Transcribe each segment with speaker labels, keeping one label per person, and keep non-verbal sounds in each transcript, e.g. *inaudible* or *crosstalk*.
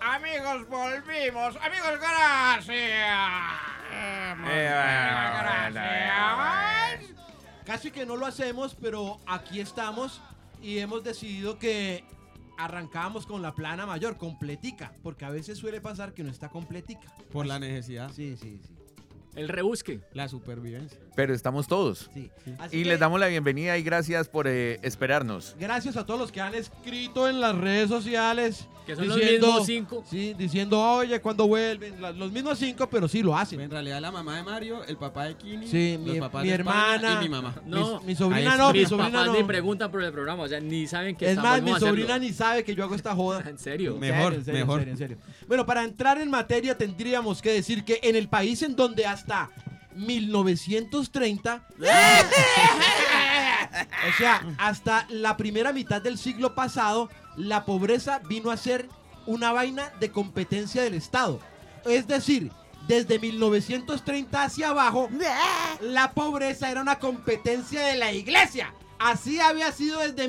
Speaker 1: amigos, volvimos. Amigos, gracias. Eh,
Speaker 2: Eh, bueno,
Speaker 1: gracias.
Speaker 3: Casi que no lo hacemos, pero aquí estamos y hemos decidido que arrancábamos con la plana mayor, completica, porque a veces suele pasar que no está completica.
Speaker 4: Por la necesidad,
Speaker 3: Sí, sí, sí.
Speaker 5: El rebusque.
Speaker 4: la supervivencia.
Speaker 2: Pero estamos todos.
Speaker 3: sí. Así
Speaker 2: Y
Speaker 3: que
Speaker 2: les damos la bienvenida y gracias por eh,
Speaker 3: *laughs*
Speaker 2: esperarnos.
Speaker 3: Gracias a todos los que han escrito en las redes sociales.
Speaker 5: Que son los
Speaker 3: diciendo,
Speaker 5: mismos cinco.
Speaker 3: Sí, diciendo, oye, cuando vuelven? La- los mismos cinco, pero sí lo hacen.
Speaker 4: Pues, En realidad la mamá de Mario, el papá de Kini,
Speaker 3: Sí,
Speaker 4: los
Speaker 3: mi,
Speaker 4: papás
Speaker 3: mi
Speaker 4: de España
Speaker 3: hermana.
Speaker 4: y mi mamá.
Speaker 5: No.
Speaker 3: mi, mi sobrina
Speaker 4: Ahí
Speaker 3: no, mi
Speaker 5: Mis
Speaker 3: sobrina
Speaker 5: papás
Speaker 3: no.
Speaker 5: ni preguntan por el programa, o sea, ni saben que
Speaker 3: Es más, mi
Speaker 5: volvemos a hacerlo.
Speaker 3: sobrina ni sabe que yo hago esta joda.
Speaker 5: *laughs* En serio.
Speaker 4: Me- Mejor,
Speaker 3: En serio, en
Speaker 4: mejor.
Speaker 3: serio, en serio, en serio. Bueno, para entrar en materia tendríamos que decir que en el país en donde hasta 1930, o sea, hasta la primera mitad del siglo pasado, la pobreza vino a ser una vaina de competencia del Estado. Es decir, desde 1930 hacia abajo, la pobreza era una competencia de la iglesia. Así había sido desde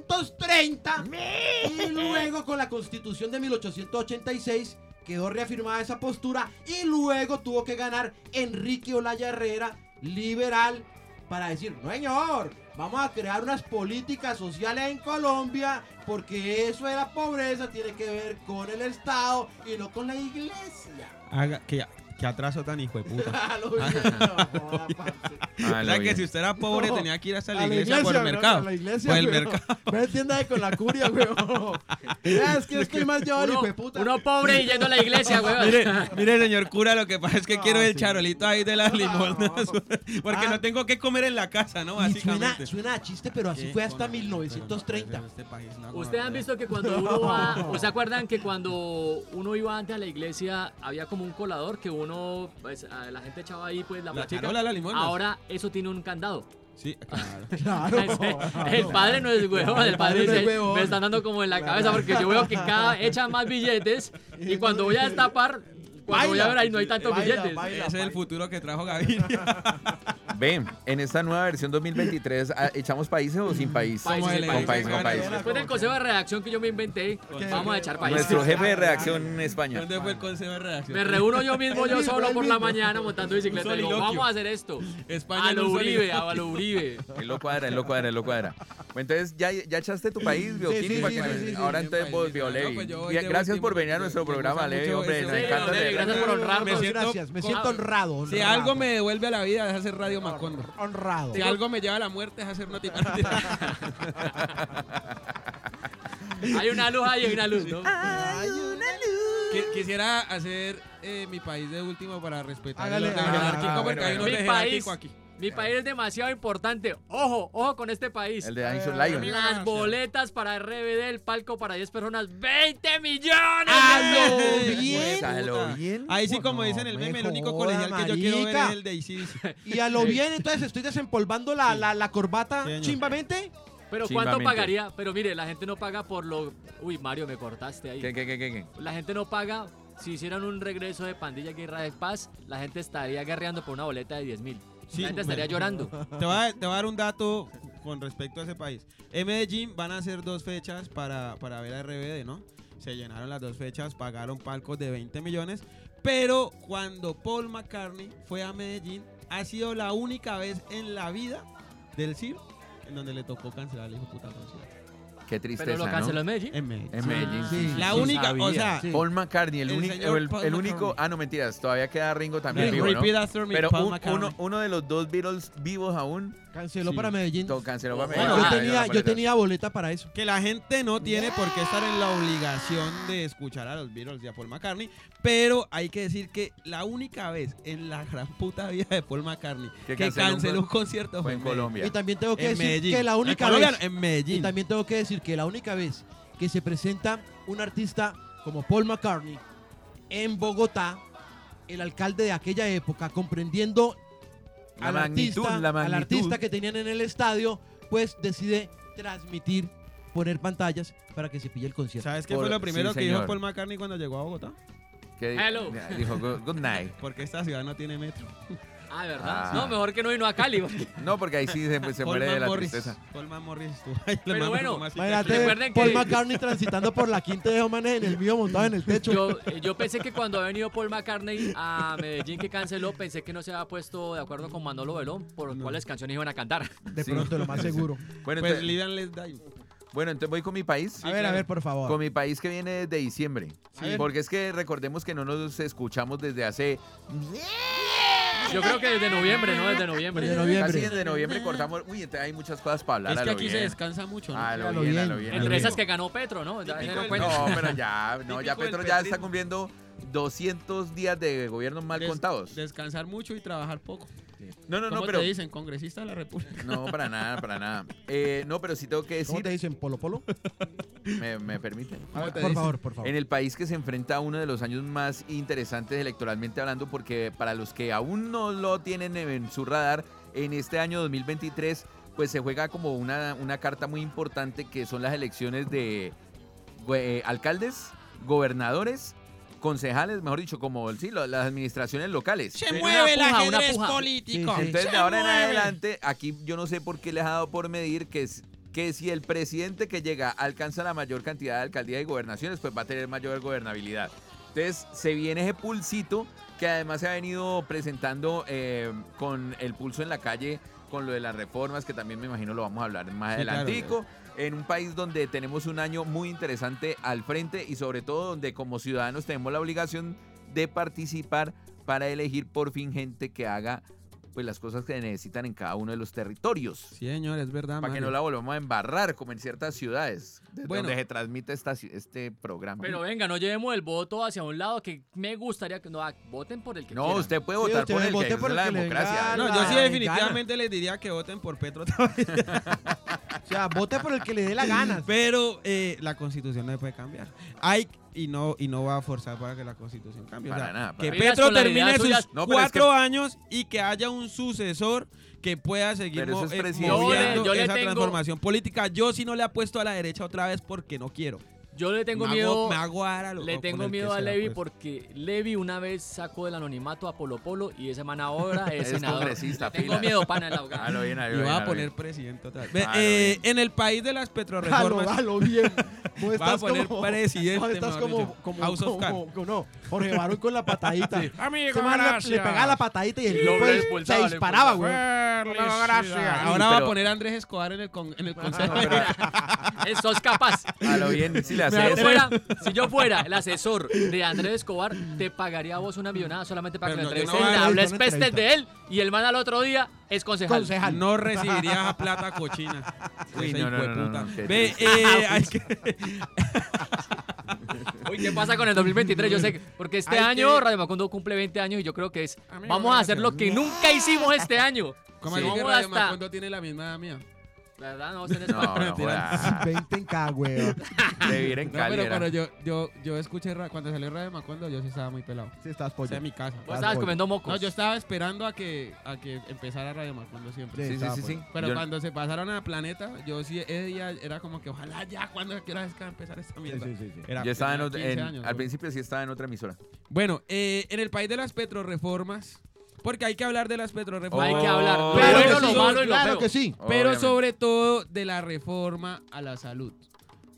Speaker 3: 1830 y luego con la constitución de 1886 quedó reafirmada esa postura y luego tuvo que ganar Enrique Olaya Herrera, liberal, para decir, "No, señor, vamos a crear unas políticas sociales en Colombia porque eso de la pobreza tiene que ver con el Estado y no con la iglesia. *laughs*
Speaker 4: Haga, que, que atraso tan hijo de puta.
Speaker 3: A lo bien, no, joda, parce.
Speaker 2: Ah,
Speaker 4: o
Speaker 2: lo
Speaker 4: sea, que
Speaker 2: bien.
Speaker 4: si usted era *laughs* pobre
Speaker 3: No,
Speaker 4: tenía que ir hasta
Speaker 3: a
Speaker 4: la iglesia, por el
Speaker 3: bro,
Speaker 4: mercado.
Speaker 3: a la iglesia,
Speaker 4: por el
Speaker 3: weón.
Speaker 4: mercado.
Speaker 3: *laughs* No entiendas de con la curia,
Speaker 4: *laughs*
Speaker 3: weón. Ya, *laughs* es que estoy más yo,
Speaker 5: Uno,
Speaker 3: hijo de puta.
Speaker 5: uno pobre y yendo a la iglesia, weón.
Speaker 4: Mire, mire, señor cura, lo que pasa es que
Speaker 3: No,
Speaker 4: quiero el
Speaker 3: sí.
Speaker 4: charolito ahí de las
Speaker 3: No.
Speaker 4: limonas. *laughs* Porque
Speaker 3: Ah.
Speaker 4: no tengo que comer en la casa, ¿no?
Speaker 3: Y suena,
Speaker 4: Básicamente.
Speaker 3: suena a chiste, pero así fue hasta
Speaker 4: Qué cono- pero
Speaker 3: 1930.
Speaker 4: no, este país no,
Speaker 5: *laughs* Ustedes han
Speaker 4: no,
Speaker 5: visto que cuando uno va, ¿o se acuerdan que cuando uno iba antes a la iglesia había como un colador que uno, pues a la gente echaba ahí pues la,
Speaker 4: La
Speaker 5: platica?
Speaker 4: charola, la limona.
Speaker 5: Ahora eso tiene un candado.
Speaker 3: *laughs*
Speaker 4: Sí, claro.
Speaker 3: Claro.
Speaker 5: el padre no es huevón, el padre
Speaker 3: padre no es
Speaker 5: dice,
Speaker 3: huevón".
Speaker 5: me están dando como en la
Speaker 3: Claro.
Speaker 5: cabeza porque yo veo que cada echan más billetes y cuando voy a destapar, cuando voy a ver ahí no hay tantos
Speaker 3: Baila,
Speaker 5: billetes.
Speaker 3: baila.
Speaker 4: Ese es el futuro que
Speaker 3: *laughs*
Speaker 4: trajo Gaviria.
Speaker 2: Ven, en esta nueva versión 2023, ah, ¿echamos países o sin país?
Speaker 5: Países,
Speaker 4: Como el-
Speaker 2: Con país, con
Speaker 4: como
Speaker 2: país.
Speaker 3: el-
Speaker 5: Después del consejo de redacción que yo me inventé, vamos a echar país.
Speaker 2: Nuestro jefe de redacción en España.
Speaker 4: ¿Dónde fue el consejo de redacción?
Speaker 5: Me reúno yo mismo,
Speaker 3: El
Speaker 5: yo
Speaker 3: mismo,
Speaker 5: solo
Speaker 3: el
Speaker 5: por la
Speaker 3: mismo.
Speaker 5: mañana montando bicicleta.
Speaker 4: Un
Speaker 5: y Digo,
Speaker 4: soliloquio.
Speaker 5: vamos a hacer esto.
Speaker 4: España
Speaker 5: A lo
Speaker 4: en un *laughs*
Speaker 5: Uribe,
Speaker 4: soliloquio.
Speaker 5: a lo Uribe.
Speaker 2: Él lo cuadra, él lo cuadra, él lo cuadra. Bueno, Entonces, ya, ya echaste tu país, Bioquini.
Speaker 3: sí,
Speaker 2: para
Speaker 3: sí,
Speaker 2: que-
Speaker 3: sí, sí,
Speaker 2: ahora
Speaker 4: sí,
Speaker 2: entonces
Speaker 4: país,
Speaker 2: vos, Bio
Speaker 4: no,
Speaker 2: Levi.
Speaker 4: pues yo voy
Speaker 2: Bien,
Speaker 4: de
Speaker 2: Gracias
Speaker 4: último,
Speaker 2: por venir a
Speaker 4: me-
Speaker 2: nuestro
Speaker 4: me
Speaker 2: programa,
Speaker 4: gusta
Speaker 2: Levi,
Speaker 4: mucho
Speaker 2: hombre.
Speaker 4: ese-
Speaker 2: Nos
Speaker 5: Sí,
Speaker 2: encanta
Speaker 5: Levi,
Speaker 2: tener-
Speaker 5: gracias por honrarnos.
Speaker 3: Me siento
Speaker 4: siento
Speaker 3: gracias, me
Speaker 4: con-
Speaker 3: siento honrado. honrado
Speaker 4: Si algo me devuelve a la vida es hacer Radio Macondo.
Speaker 3: honrado.
Speaker 4: Si algo me lleva a la muerte es hacer noticia. *laughs*
Speaker 5: Hay una luz ahí, hay una luz, ¿no?
Speaker 4: Quisiera hacer eh, mi país de último para respetar
Speaker 3: Hágale,
Speaker 4: el orden
Speaker 3: hágale,
Speaker 4: jerárquico
Speaker 2: hágale,
Speaker 4: porque hay
Speaker 2: hágale.
Speaker 4: uno de
Speaker 5: Mi
Speaker 4: jerárquico
Speaker 5: país,
Speaker 4: aquí.
Speaker 5: mi país es demasiado importante. Ojo, ojo con este país.
Speaker 2: El de Action Lion.
Speaker 5: Las boletas para RBD, el palco para 10 personas, 20 millones.
Speaker 3: ¡A
Speaker 5: de pesos!
Speaker 4: *laughs*
Speaker 3: lo bien!
Speaker 2: Pues, a lo
Speaker 4: Puta.
Speaker 2: bien.
Speaker 4: Ahí sí, como
Speaker 3: Oh, No
Speaker 4: dicen el
Speaker 3: me
Speaker 4: meme, el único
Speaker 3: joda,
Speaker 4: colegial que yo quiero ver
Speaker 3: marica.
Speaker 4: es el de ICDC.
Speaker 3: Y a lo bien, entonces estoy desempolvando la, la, la corbata
Speaker 4: Sí, señor.
Speaker 3: chimbamente.
Speaker 5: Pero ¿cuánto
Speaker 2: Chimbamente.
Speaker 5: pagaría? Pero mire, la gente no paga por lo... Uy, Mario, me cortaste ahí.
Speaker 2: ¿Qué, qué, qué, qué? qué?
Speaker 5: La gente no paga. Si hicieran un regreso de Pandilla Guerra de Paz, la gente estaría guerreando por una boleta de 10 mil.
Speaker 4: Sí,
Speaker 5: la gente estaría
Speaker 4: bueno.
Speaker 5: llorando.
Speaker 4: Te voy, a, te voy a dar un dato con respecto a ese país. En Medellín van a hacer dos fechas para, para ver a RBD, ¿no? Se llenaron las dos fechas, pagaron palcos de 20 millones. Pero cuando Paul McCartney fue a Medellín, ha sido la única vez en la vida del CIR en donde le tocó cancelar el hijo puta concierto.
Speaker 2: Qué
Speaker 5: Pero lo
Speaker 2: tristeza,
Speaker 5: canceló
Speaker 2: ¿no?
Speaker 5: en Medellín.
Speaker 4: En Medellín.
Speaker 2: En Medellín,
Speaker 3: Sí.
Speaker 2: sí.
Speaker 4: La
Speaker 5: Sí,
Speaker 4: única, o
Speaker 5: sabía,
Speaker 4: sea,
Speaker 3: sí.
Speaker 2: Paul McCartney, el,
Speaker 4: El
Speaker 2: único,
Speaker 4: señor
Speaker 2: el,
Speaker 4: Paul
Speaker 2: el único,
Speaker 4: McCartney.
Speaker 2: ah no mentiras, todavía queda Ringo también
Speaker 4: Re-
Speaker 2: vivo, ¿no?
Speaker 4: repeat after me,
Speaker 2: Pero
Speaker 4: Paul
Speaker 2: un-
Speaker 4: McCartney.
Speaker 2: uno, uno de los dos Beatles vivos aún,
Speaker 3: Canceló
Speaker 4: Sí.
Speaker 3: para Medellín.
Speaker 2: to- canceló para
Speaker 3: Bueno,
Speaker 2: Medellín.
Speaker 3: yo,
Speaker 2: Ah,
Speaker 3: tenía,
Speaker 2: no,
Speaker 3: yo
Speaker 2: no, no.
Speaker 3: tenía boleta para eso.
Speaker 4: que la gente no tiene por qué estar en la obligación de escuchar a los Beatles y a Paul McCartney, pero hay que decir que la única vez en la gran puta vida de Paul McCartney
Speaker 2: Que
Speaker 4: que,
Speaker 2: canceló
Speaker 4: canceló,
Speaker 2: un con-
Speaker 4: un concierto
Speaker 2: Fue en Colombia.
Speaker 3: Y también tengo que
Speaker 4: En
Speaker 3: decir
Speaker 4: Medellín.
Speaker 3: que la única
Speaker 4: en
Speaker 3: vez.
Speaker 4: Colombia, no, en
Speaker 3: Y
Speaker 4: Medellín.
Speaker 3: también tengo que decir que la única vez que se presenta un artista como Paul McCartney en Bogotá, el alcalde de aquella época, comprendiendo
Speaker 2: La
Speaker 3: al,
Speaker 2: magnitud,
Speaker 3: artista,
Speaker 2: la
Speaker 3: al
Speaker 2: magnitud.
Speaker 3: artista que tenían en el estadio, pues decide transmitir, poner pantallas para que se pille el concierto.
Speaker 4: ¿Sabes qué
Speaker 2: Por-
Speaker 4: fue lo primero
Speaker 2: sí,
Speaker 4: que dijo
Speaker 2: señor.
Speaker 4: Paul McCartney cuando llegó a Bogotá?
Speaker 2: Que
Speaker 5: Hello.
Speaker 2: Dijo, good, good night.
Speaker 4: Porque esta ciudad no tiene metro.
Speaker 5: Ah, de verdad.
Speaker 2: Ah.
Speaker 5: No, mejor que no vino a Cali. porque-
Speaker 2: No, porque ahí sí se, se muere
Speaker 4: Coleman
Speaker 2: de la
Speaker 4: Morris.
Speaker 2: tristeza.
Speaker 4: Coleman Morris estuvo ahí.
Speaker 5: Pero
Speaker 4: hermano,
Speaker 5: bueno,
Speaker 4: como así, Pues,
Speaker 5: Recuerden
Speaker 3: Imagínate
Speaker 5: que-
Speaker 3: Paul McCartney transitando por la quinta de Omanes en el mío montado en el techo.
Speaker 5: Yo, eh, yo pensé que cuando ha venido Paul McCartney a Medellín que canceló, pensé que no se había puesto de acuerdo con Manolo Belón por cuáles canciones iban a cantar.
Speaker 3: de
Speaker 2: sí.
Speaker 3: pronto, lo más seguro.
Speaker 2: Bueno,
Speaker 4: Pues
Speaker 2: entonces,
Speaker 4: Lidan les da.
Speaker 2: bueno, entonces voy con mi país.
Speaker 3: a ver, a ver, por favor.
Speaker 2: Con mi país que viene desde diciembre.
Speaker 4: Sí. A ver.
Speaker 2: Porque es que recordemos que no nos escuchamos desde hace
Speaker 5: Yo creo que desde noviembre, ¿no? Desde
Speaker 3: Desde
Speaker 5: noviembre.
Speaker 3: noviembre.
Speaker 2: casi desde noviembre cortamos. Uy, entonces hay muchas cosas para hablar.
Speaker 4: Es que
Speaker 2: a lo
Speaker 4: aquí se
Speaker 2: bien.
Speaker 4: descansa mucho, ¿no?
Speaker 2: A lo
Speaker 3: A lo
Speaker 2: bien, a
Speaker 3: bien.
Speaker 2: lo bien. a lo
Speaker 5: Entre
Speaker 2: bien.
Speaker 5: esas que ganó Petro, ¿no? Ya,
Speaker 4: Típico
Speaker 5: no
Speaker 4: del-
Speaker 5: cuenta.
Speaker 2: No, pero ya, no, ya
Speaker 4: *laughs* Típico del
Speaker 2: Petro ya está
Speaker 4: petrismo.
Speaker 2: cumpliendo 200 días de gobierno mal
Speaker 4: Des-
Speaker 2: contados.
Speaker 4: Descansar mucho y trabajar poco.
Speaker 2: No, no,
Speaker 4: ¿Cómo
Speaker 2: no, pero
Speaker 4: te dicen? Congresista de la República.
Speaker 2: no para nada, para nada. Eh, no, pero sí tengo que
Speaker 3: ¿Cómo te
Speaker 2: decir,
Speaker 3: dicen? ¿Polo Polo?
Speaker 2: me, me permite.
Speaker 3: A ver,
Speaker 4: te
Speaker 3: por
Speaker 4: dicen?
Speaker 3: favor, por favor.
Speaker 2: En el país que se enfrenta a uno de los años más interesantes electoralmente hablando, porque para los que aún no lo tienen en su radar, en este año 2023, pues se juega como una, una carta muy importante que son las elecciones de eh, alcaldes, gobernadores, concejales, mejor dicho, como sí, lo- las administraciones locales.
Speaker 5: Una mueve el puja, una ajedrez puja.
Speaker 4: político.
Speaker 3: Sí, sí.
Speaker 2: Entonces, de ahora en
Speaker 3: eh.
Speaker 2: adelante, aquí yo no sé por qué les ha dado por medir que, es- que si el presidente que llega alcanza la mayor cantidad de alcaldías y gobernaciones, pues va a tener mayor gobernabilidad. Entonces, se viene ese pulsito que además se ha venido presentando eh, con el pulso en la calle, con lo de las reformas, que también me imagino lo vamos a hablar más
Speaker 4: Sí, claro.
Speaker 2: adelantico. En un país donde tenemos un año muy interesante al frente y sobre todo donde como ciudadanos tenemos la obligación de participar para elegir por fin gente que haga pues las cosas que necesitan en cada uno de los territorios.
Speaker 4: Sí, señor, es verdad.
Speaker 2: Para que
Speaker 4: Mario.
Speaker 2: no la volvamos a embarrar, como en ciertas ciudades, desde
Speaker 4: Bueno.
Speaker 2: donde se transmite esta ci- este programa.
Speaker 5: Pero venga, no llevemos el voto hacia un lado que me gustaría que no ah, voten por el que
Speaker 2: no,
Speaker 5: quieran.
Speaker 2: usted puede
Speaker 3: Sí,
Speaker 2: votar
Speaker 3: usted
Speaker 2: por el
Speaker 3: vote
Speaker 2: que
Speaker 3: por
Speaker 2: es
Speaker 3: el
Speaker 2: la
Speaker 3: que le
Speaker 2: democracia.
Speaker 3: gana.
Speaker 4: No, yo sí
Speaker 3: Ah,
Speaker 4: definitivamente les diría que voten por Petro también.
Speaker 3: O sea, vote por el que le dé la gana.
Speaker 4: *laughs* Pero eh, la constitución no se puede cambiar. Hay y no, y no va a forzar para que la constitución cambie. O
Speaker 2: Para
Speaker 4: sea,
Speaker 2: nada, para
Speaker 4: que *laughs*
Speaker 5: nada.
Speaker 4: Petro
Speaker 5: Con la
Speaker 4: termine
Speaker 5: idea
Speaker 4: sus
Speaker 5: suya-
Speaker 2: No, pero es
Speaker 4: cuatro años y que haya un sucesor que pueda seguir
Speaker 2: Pero eso
Speaker 4: mo-
Speaker 2: es
Speaker 4: eh,
Speaker 2: presidencial.
Speaker 4: moviendo
Speaker 5: Yo le- yo le
Speaker 4: esa
Speaker 5: tengo-
Speaker 4: transformación política. Yo sí no le apuesto a la derecha otra vez porque no quiero.
Speaker 5: Yo le tengo
Speaker 4: Me
Speaker 5: miedo.
Speaker 4: hago- me hago ara lo-
Speaker 5: Le
Speaker 4: con
Speaker 5: tengo
Speaker 4: el que
Speaker 5: miedo a
Speaker 4: sea,
Speaker 5: Levi
Speaker 4: pues.
Speaker 5: porque Levi una vez sacó del anonimato a Polo Polo y esa man ahora
Speaker 2: Es
Speaker 5: es senador.
Speaker 2: congresista,
Speaker 5: Le tengo
Speaker 2: pilas.
Speaker 5: miedo, pana, el
Speaker 2: Ah,
Speaker 5: abogado.
Speaker 2: lo bien, ah, lo
Speaker 4: Y
Speaker 2: bien,
Speaker 4: va
Speaker 2: ah,
Speaker 4: a
Speaker 2: lo
Speaker 4: poner *laughs*
Speaker 2: bien.
Speaker 4: presidente otra vez. Ve,
Speaker 2: Ah, lo
Speaker 4: eh, en el país *laughs* de las
Speaker 3: Dalo,
Speaker 4: petrorreformas.
Speaker 3: dalo bien.
Speaker 4: Va
Speaker 3: Vos
Speaker 4: a
Speaker 3: estás
Speaker 4: poner
Speaker 3: como,
Speaker 4: presidente,
Speaker 3: vos estás
Speaker 4: mejor
Speaker 3: como,
Speaker 4: dicho.
Speaker 3: como,
Speaker 4: House of
Speaker 3: como- como- no, Jorge Barón con la patadita.
Speaker 6: Amigo,
Speaker 3: Ese man le-
Speaker 6: gracias.
Speaker 3: le, pegaba la patadita y el
Speaker 5: Lo
Speaker 3: tipo
Speaker 5: expulsaba,
Speaker 3: se
Speaker 5: lo
Speaker 3: disparaba, güey.
Speaker 6: Felicidad.
Speaker 4: Felicidad.
Speaker 6: gracias.
Speaker 4: Ahora va a
Speaker 2: pero-
Speaker 4: poner a Andrés Escobar en el, con- en el
Speaker 2: *laughs*
Speaker 4: consejo.
Speaker 2: No, pero
Speaker 5: Eso es capaz.
Speaker 2: a Ah, lo bien, si le
Speaker 5: Si yo,
Speaker 2: haces.
Speaker 5: fuera, si yo fuera el asesor de Andrés Escobar, te pagaría a vos una millonada solamente para
Speaker 4: Pero no,
Speaker 5: que lo
Speaker 4: yo no
Speaker 5: entrevisten.
Speaker 3: voy a-
Speaker 5: Hables
Speaker 3: no
Speaker 5: pestes
Speaker 3: entrevista.
Speaker 5: de él y el man al otro día es concejal.
Speaker 3: Concejal.
Speaker 4: No recibirías a plata
Speaker 2: *laughs*
Speaker 4: cochina.
Speaker 2: Uy,
Speaker 4: Ese
Speaker 2: no, no,
Speaker 4: hijo
Speaker 2: no,
Speaker 4: de
Speaker 2: no,
Speaker 4: puta.
Speaker 2: no, qué
Speaker 4: Ve,
Speaker 2: triste.
Speaker 4: eh, *laughs* hay que-
Speaker 5: Uy, ¿qué pasa con el 2023? Yo sé, que- porque este
Speaker 4: Hay
Speaker 5: año
Speaker 4: que-
Speaker 5: Radio Macondo cumple 20 años y yo creo que es.
Speaker 4: Amigo,
Speaker 5: Vamos a hacer
Speaker 4: gracias.
Speaker 5: lo que nunca hicimos este año.
Speaker 4: ¿Cómo
Speaker 5: Sí.
Speaker 4: es que
Speaker 5: Vamos
Speaker 4: Radio
Speaker 5: hasta-
Speaker 4: Macondo tiene la misma edad mía?
Speaker 5: La verdad, no,
Speaker 4: *laughs*
Speaker 5: ustedes
Speaker 2: No, no, joda.
Speaker 3: 20 en cada, güey.
Speaker 2: De vivir en
Speaker 4: No, pero
Speaker 2: Cali.
Speaker 4: cuando
Speaker 2: era.
Speaker 4: yo, yo, yo escuché, ra- cuando salió Radio Macondo, yo sí estaba muy pelado.
Speaker 3: Sí, estás
Speaker 4: O sea,
Speaker 3: pollo.
Speaker 4: en mi casa.
Speaker 2: Pues,
Speaker 5: Vos estabas comiendo
Speaker 2: ah,
Speaker 4: No,
Speaker 5: mocos.
Speaker 4: yo estaba esperando a que, a que empezara Radio Macondo siempre.
Speaker 2: Sí, sí, sí, sí.
Speaker 4: Pero
Speaker 2: Yo-
Speaker 4: cuando se pasaron a Planeta, yo sí, ese día era como que ojalá ya, cuando quieras empezar esta
Speaker 3: Sí,
Speaker 4: mierda.
Speaker 3: sí, sí, sí.
Speaker 4: Era-
Speaker 2: Yo estaba en,
Speaker 4: tenía
Speaker 2: ot-
Speaker 4: 15
Speaker 2: en-
Speaker 4: años,
Speaker 2: al
Speaker 4: güey.
Speaker 2: principio sí estaba en otra emisora.
Speaker 4: Bueno, eh, en el país de las petrorreformas, porque hay que hablar de las petrorreformas.
Speaker 5: Hay que hablar.
Speaker 2: Oh.
Speaker 5: Lo
Speaker 4: Claro
Speaker 5: bueno,
Speaker 4: que
Speaker 5: lo
Speaker 4: sí,
Speaker 5: malo y lo
Speaker 3: Claro
Speaker 5: feo.
Speaker 3: que sí.
Speaker 4: Pero
Speaker 2: Obviamente.
Speaker 4: sobre todo de la reforma a la salud.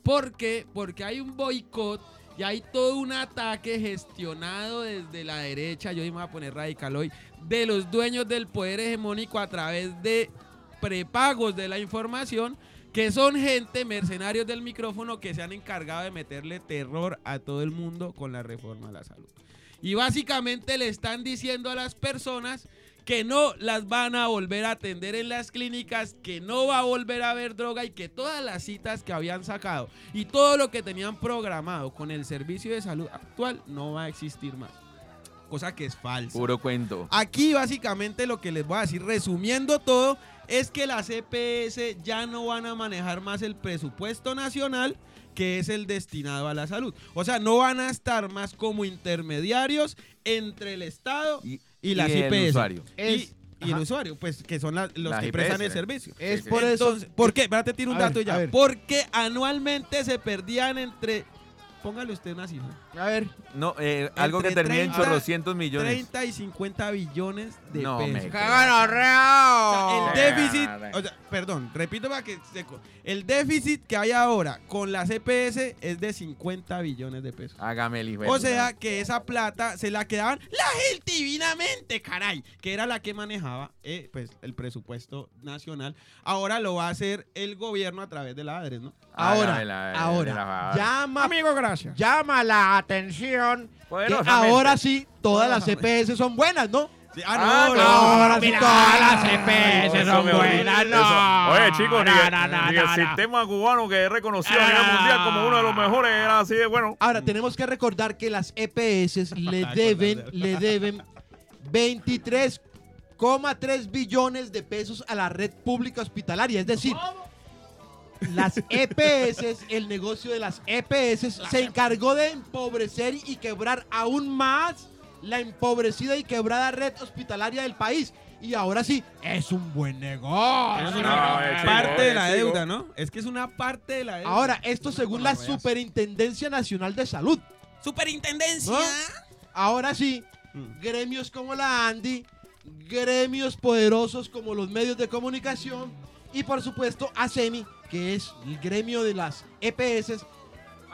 Speaker 4: ¿Por qué? Porque hay un boicot y hay todo un ataque gestionado desde la derecha, yo hoy me voy a poner radical hoy, de los dueños del poder hegemónico a través de prepagos de la información, que son gente, mercenarios del micrófono, que se han encargado de meterle terror a todo el mundo con la reforma a la salud. Y básicamente le están diciendo a las personas que no las van a volver a atender en las clínicas, que no va a volver a haber droga y que todas las citas que habían sacado y todo lo que tenían programado con el servicio de salud actual no va a existir más. Cosa que es falsa.
Speaker 2: Puro cuento.
Speaker 4: Aquí básicamente lo que les voy a decir, resumiendo todo, es que las EPS ya no van a manejar más el presupuesto nacional que es el destinado a la salud. O sea, no van a estar más como intermediarios entre el Estado y,
Speaker 2: Y,
Speaker 4: las
Speaker 2: el
Speaker 4: IPS.
Speaker 2: usuario.
Speaker 3: Es-
Speaker 4: y, y el
Speaker 3: ajá.
Speaker 4: usuario, pues que son las- los
Speaker 2: Las
Speaker 4: que
Speaker 2: IPS,
Speaker 4: prestan el
Speaker 2: eh.
Speaker 4: servicio.
Speaker 3: Es
Speaker 2: Sí, sí.
Speaker 3: por eso.
Speaker 4: Entonces, ¿por qué? Espérate, tiene un
Speaker 3: A ver,
Speaker 4: dato
Speaker 3: a
Speaker 4: ya.
Speaker 3: ver.
Speaker 4: Porque anualmente se perdían entre. Póngale usted una cifra.
Speaker 3: A ver.
Speaker 2: No, eh, algo que termine en
Speaker 4: 30,
Speaker 2: chorrocientos millones.
Speaker 4: 30 y 50 billones de
Speaker 2: No,
Speaker 4: pesos.
Speaker 2: me-
Speaker 6: ¡Qué gonorreo!
Speaker 4: O sea, el déficit, o sea, perdón, repito para que se co- el déficit que hay ahora con la CPS es de 50 billones de pesos.
Speaker 2: Hágame el hijo. de
Speaker 4: O
Speaker 2: puta.
Speaker 4: sea que esa plata se la quedaban la gente divinamente, caray, que era la que manejaba eh, pues el presupuesto nacional. Ahora lo va a hacer el gobierno a través de la ADRES, ¿no?
Speaker 2: Hágame
Speaker 3: Ahora,
Speaker 2: la-
Speaker 3: ahora,
Speaker 2: la-
Speaker 3: llama,
Speaker 4: Amigo, gracias.
Speaker 3: llama la atención que ahora sí todas las CPS son buenas, ¿no?
Speaker 4: Sí, ah,
Speaker 2: Ah, no.
Speaker 4: no, no.
Speaker 3: Ahora Ah, sí
Speaker 6: mira,
Speaker 3: todas las
Speaker 6: no,
Speaker 3: CPS
Speaker 6: eso
Speaker 3: son
Speaker 6: me olvidó.
Speaker 4: Ah,
Speaker 3: buenas, no.
Speaker 7: Oye, chicos, ni,
Speaker 3: No,
Speaker 7: el-
Speaker 3: no, no,
Speaker 7: ni
Speaker 3: no,
Speaker 7: el
Speaker 3: no.
Speaker 7: sistema cubano que es reconocido a nivel
Speaker 3: Ah.
Speaker 7: mundial como uno de los mejores era así de bueno.
Speaker 3: Ahora
Speaker 4: Mm.
Speaker 3: tenemos que recordar que las
Speaker 4: *laughs*
Speaker 3: EPS le deben, le deben 23,3 billones de pesos a la red pública hospitalaria. Es decir, las EPS, el negocio de las EPS
Speaker 4: E
Speaker 3: se encargó de empobrecer y quebrar aún más la empobrecida y quebrada red hospitalaria del país. Y ahora sí, es un buen negocio.
Speaker 4: Es una
Speaker 7: No, eh, chico,
Speaker 4: parte de la
Speaker 7: eh, chico.
Speaker 4: deuda, ¿no? Es que es una parte de la deuda.
Speaker 3: Ahora, esto según la Superintendencia Nacional de Salud.
Speaker 4: superintendencia.
Speaker 3: ¿no?
Speaker 6: ¿ah?
Speaker 3: Ahora sí, gremios como la Andy, gremios poderosos como los medios de comunicación y por supuesto ASEMI, que es el gremio de las EPS,
Speaker 6: E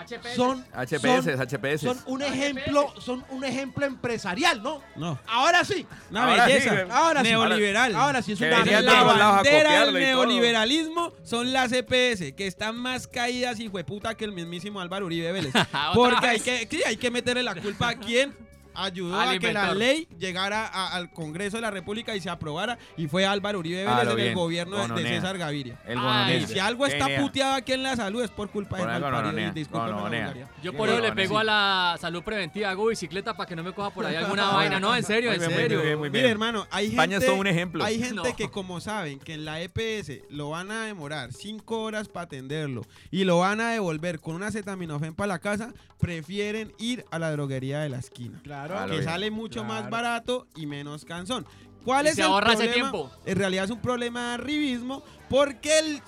Speaker 5: HPS.
Speaker 3: son,
Speaker 2: HPS, HPS.
Speaker 3: son, son un ejemplo, son un ejemplo empresarial, ¿no?
Speaker 4: No.
Speaker 3: Ahora sí,
Speaker 4: Una
Speaker 7: Ahora sí,
Speaker 4: belleza.
Speaker 7: güey.
Speaker 3: ahora sí.
Speaker 4: neoliberal.
Speaker 3: Ahora sí es
Speaker 2: Que
Speaker 3: una
Speaker 2: venía
Speaker 4: la
Speaker 2: Venían todos lados a
Speaker 4: bandera del
Speaker 7: copiarle y todo.
Speaker 4: neoliberalismo son las EPS, que están más caídas y hueputa que el mismísimo Álvaro Uribe *laughs* Vélez.
Speaker 5: ¿Otra
Speaker 4: Porque hay
Speaker 5: vez?
Speaker 4: que, sí, hay que meterle la culpa a quien ayudó
Speaker 5: Al
Speaker 4: a que la
Speaker 5: inventor.
Speaker 4: ley llegara a- al Congreso de la República y se aprobara, y fue Álvaro Uribe
Speaker 2: A
Speaker 4: Vélez
Speaker 2: lo
Speaker 4: en el
Speaker 2: bien,
Speaker 4: gobierno de- de
Speaker 2: gononea.
Speaker 4: César Gaviria.
Speaker 2: El
Speaker 5: Ay,
Speaker 2: bononés.
Speaker 4: Si algo está
Speaker 2: Genial.
Speaker 4: puteado aquí en la salud es por culpa de
Speaker 2: Por algo
Speaker 4: Malparido,
Speaker 2: gononea,
Speaker 4: y discúlpeme la
Speaker 2: gononea.
Speaker 4: vulgaridad.
Speaker 5: Yo por eso le
Speaker 2: Sí,
Speaker 5: pego
Speaker 2: sí.
Speaker 5: a la salud preventiva, hago bicicleta para que no me coja por ahí alguna vaina. No, en serio,
Speaker 7: Muy
Speaker 5: en
Speaker 7: bien, muy bien,
Speaker 5: serio.
Speaker 7: muy bien, muy
Speaker 4: Mire,
Speaker 7: bien.
Speaker 4: hermano, hay
Speaker 2: España es
Speaker 4: gente,
Speaker 2: todo un ejemplo.
Speaker 4: Hay gente
Speaker 5: No.
Speaker 4: que como saben que en la EPS lo van a demorar cinco horas para atenderlo y lo van a devolver con una acetaminofén para la casa, prefieren ir a la droguería de la esquina.
Speaker 3: Claro.
Speaker 2: Claro.
Speaker 4: que sale mucho más
Speaker 3: Claro.
Speaker 4: barato y menos cansón. ¿Cuál
Speaker 5: Y
Speaker 4: es
Speaker 5: se
Speaker 4: el
Speaker 5: ahorra ese
Speaker 4: problema?
Speaker 5: tiempo.
Speaker 4: En realidad es un problema de arribismo porque el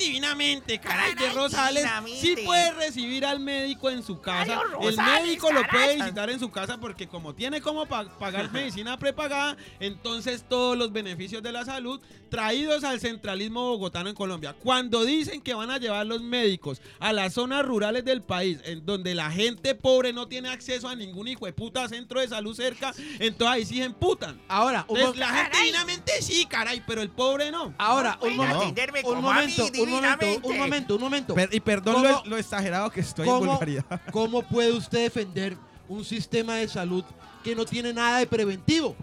Speaker 4: divinamente, caray, de Rosales sí puede recibir al médico en su casa. el médico lo puede visitar en su casa porque como tiene como pa- pagar medicina prepagada, entonces todos los beneficios de la salud traídos al centralismo bogotano en Colombia. Cuando dicen que van a llevar los médicos a las zonas rurales del país, en donde la gente pobre no tiene acceso a ningún hijo de puta centro de salud cerca, entonces ahí sí se emputan.
Speaker 3: Ahora, un,
Speaker 4: Entonces,
Speaker 3: mo-
Speaker 4: la gente divinamente sí, caray, pero el pobre no.
Speaker 3: ahora, un,
Speaker 6: Pueden
Speaker 3: mo-
Speaker 6: atenderme
Speaker 3: un
Speaker 6: como a mí
Speaker 3: momento, un momento,
Speaker 6: divinamente.
Speaker 3: un momento, un momento.
Speaker 4: Per- y perdón
Speaker 3: ¿Cómo?
Speaker 4: lo, lo exagerado que estoy en
Speaker 3: ¿Cómo?
Speaker 4: vulgaridad. *laughs*
Speaker 3: ¿Cómo puede usted defender un sistema de salud que no tiene nada de preventivo?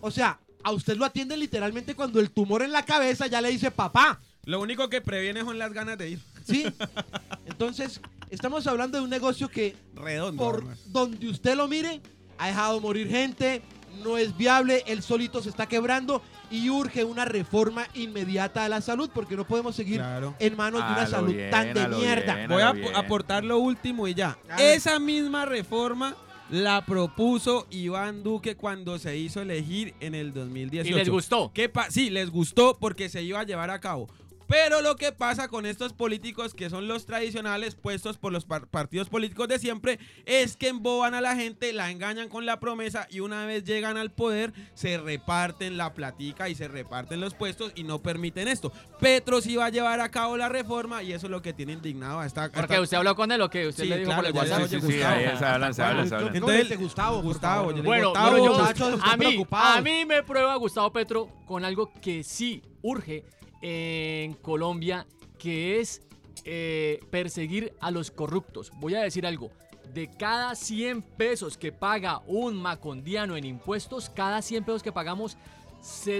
Speaker 3: O sea, a usted lo atienden literalmente cuando el tumor en la cabeza ya le dice papá,
Speaker 4: Lo único que previene son las ganas de ir.
Speaker 3: ¿sí?
Speaker 4: *laughs*
Speaker 3: Entonces, estamos hablando de un negocio que
Speaker 4: Redondo.
Speaker 3: por
Speaker 4: además.
Speaker 3: donde usted lo mire, ha dejado morir gente, no es viable, el solito se está quebrando y urge una reforma inmediata a la salud porque no podemos seguir
Speaker 4: Claro.
Speaker 3: en manos de
Speaker 2: A
Speaker 3: una
Speaker 2: lo
Speaker 3: salud
Speaker 2: bien,
Speaker 3: tan de
Speaker 2: a lo
Speaker 3: mierda.
Speaker 2: bien,
Speaker 4: Voy a
Speaker 2: lo
Speaker 4: ap-
Speaker 2: bien.
Speaker 4: aportar lo último y ya.
Speaker 3: A ver.
Speaker 4: Esa misma reforma la propuso Iván Duque cuando se hizo elegir en el 2018.
Speaker 5: Y les gustó.
Speaker 4: ¿Qué pa- sí, les gustó porque se iba a llevar a cabo. Pero lo que pasa con estos políticos que son los tradicionales puestos por los par- partidos políticos de siempre es que emboban a la gente, la engañan con la promesa y una vez llegan al poder se reparten la platica y se reparten los puestos y no permiten esto. Petro sí va a llevar a cabo la reforma y eso es lo que tiene indignado a esta... a
Speaker 5: Porque
Speaker 4: esta-
Speaker 5: usted habló con él o que usted
Speaker 4: Sí,
Speaker 5: le dijo
Speaker 4: claro,
Speaker 5: por el
Speaker 4: ya
Speaker 5: WhatsApp.
Speaker 2: Sí, sí,
Speaker 4: Oye,
Speaker 2: sí,
Speaker 4: Gustavo.
Speaker 2: ahí se hablan, se hablan, se hablan.
Speaker 3: ¿Cómo
Speaker 4: Entonces,
Speaker 3: dice Gustavo, por
Speaker 4: Gustavo,
Speaker 3: favor?
Speaker 4: yo le digo,
Speaker 5: Bueno,
Speaker 4: Gustavo,
Speaker 5: pero yo-
Speaker 3: muchachos, están
Speaker 5: a, mí,
Speaker 3: preocupados.
Speaker 5: a mí me prueba Gustavo Petro con algo que sí urge en Colombia, que es eh, perseguir a los corruptos. Voy a decir algo. De cada 100 pesos que paga un macondiano en impuestos, cada 100 pesos que pagamos,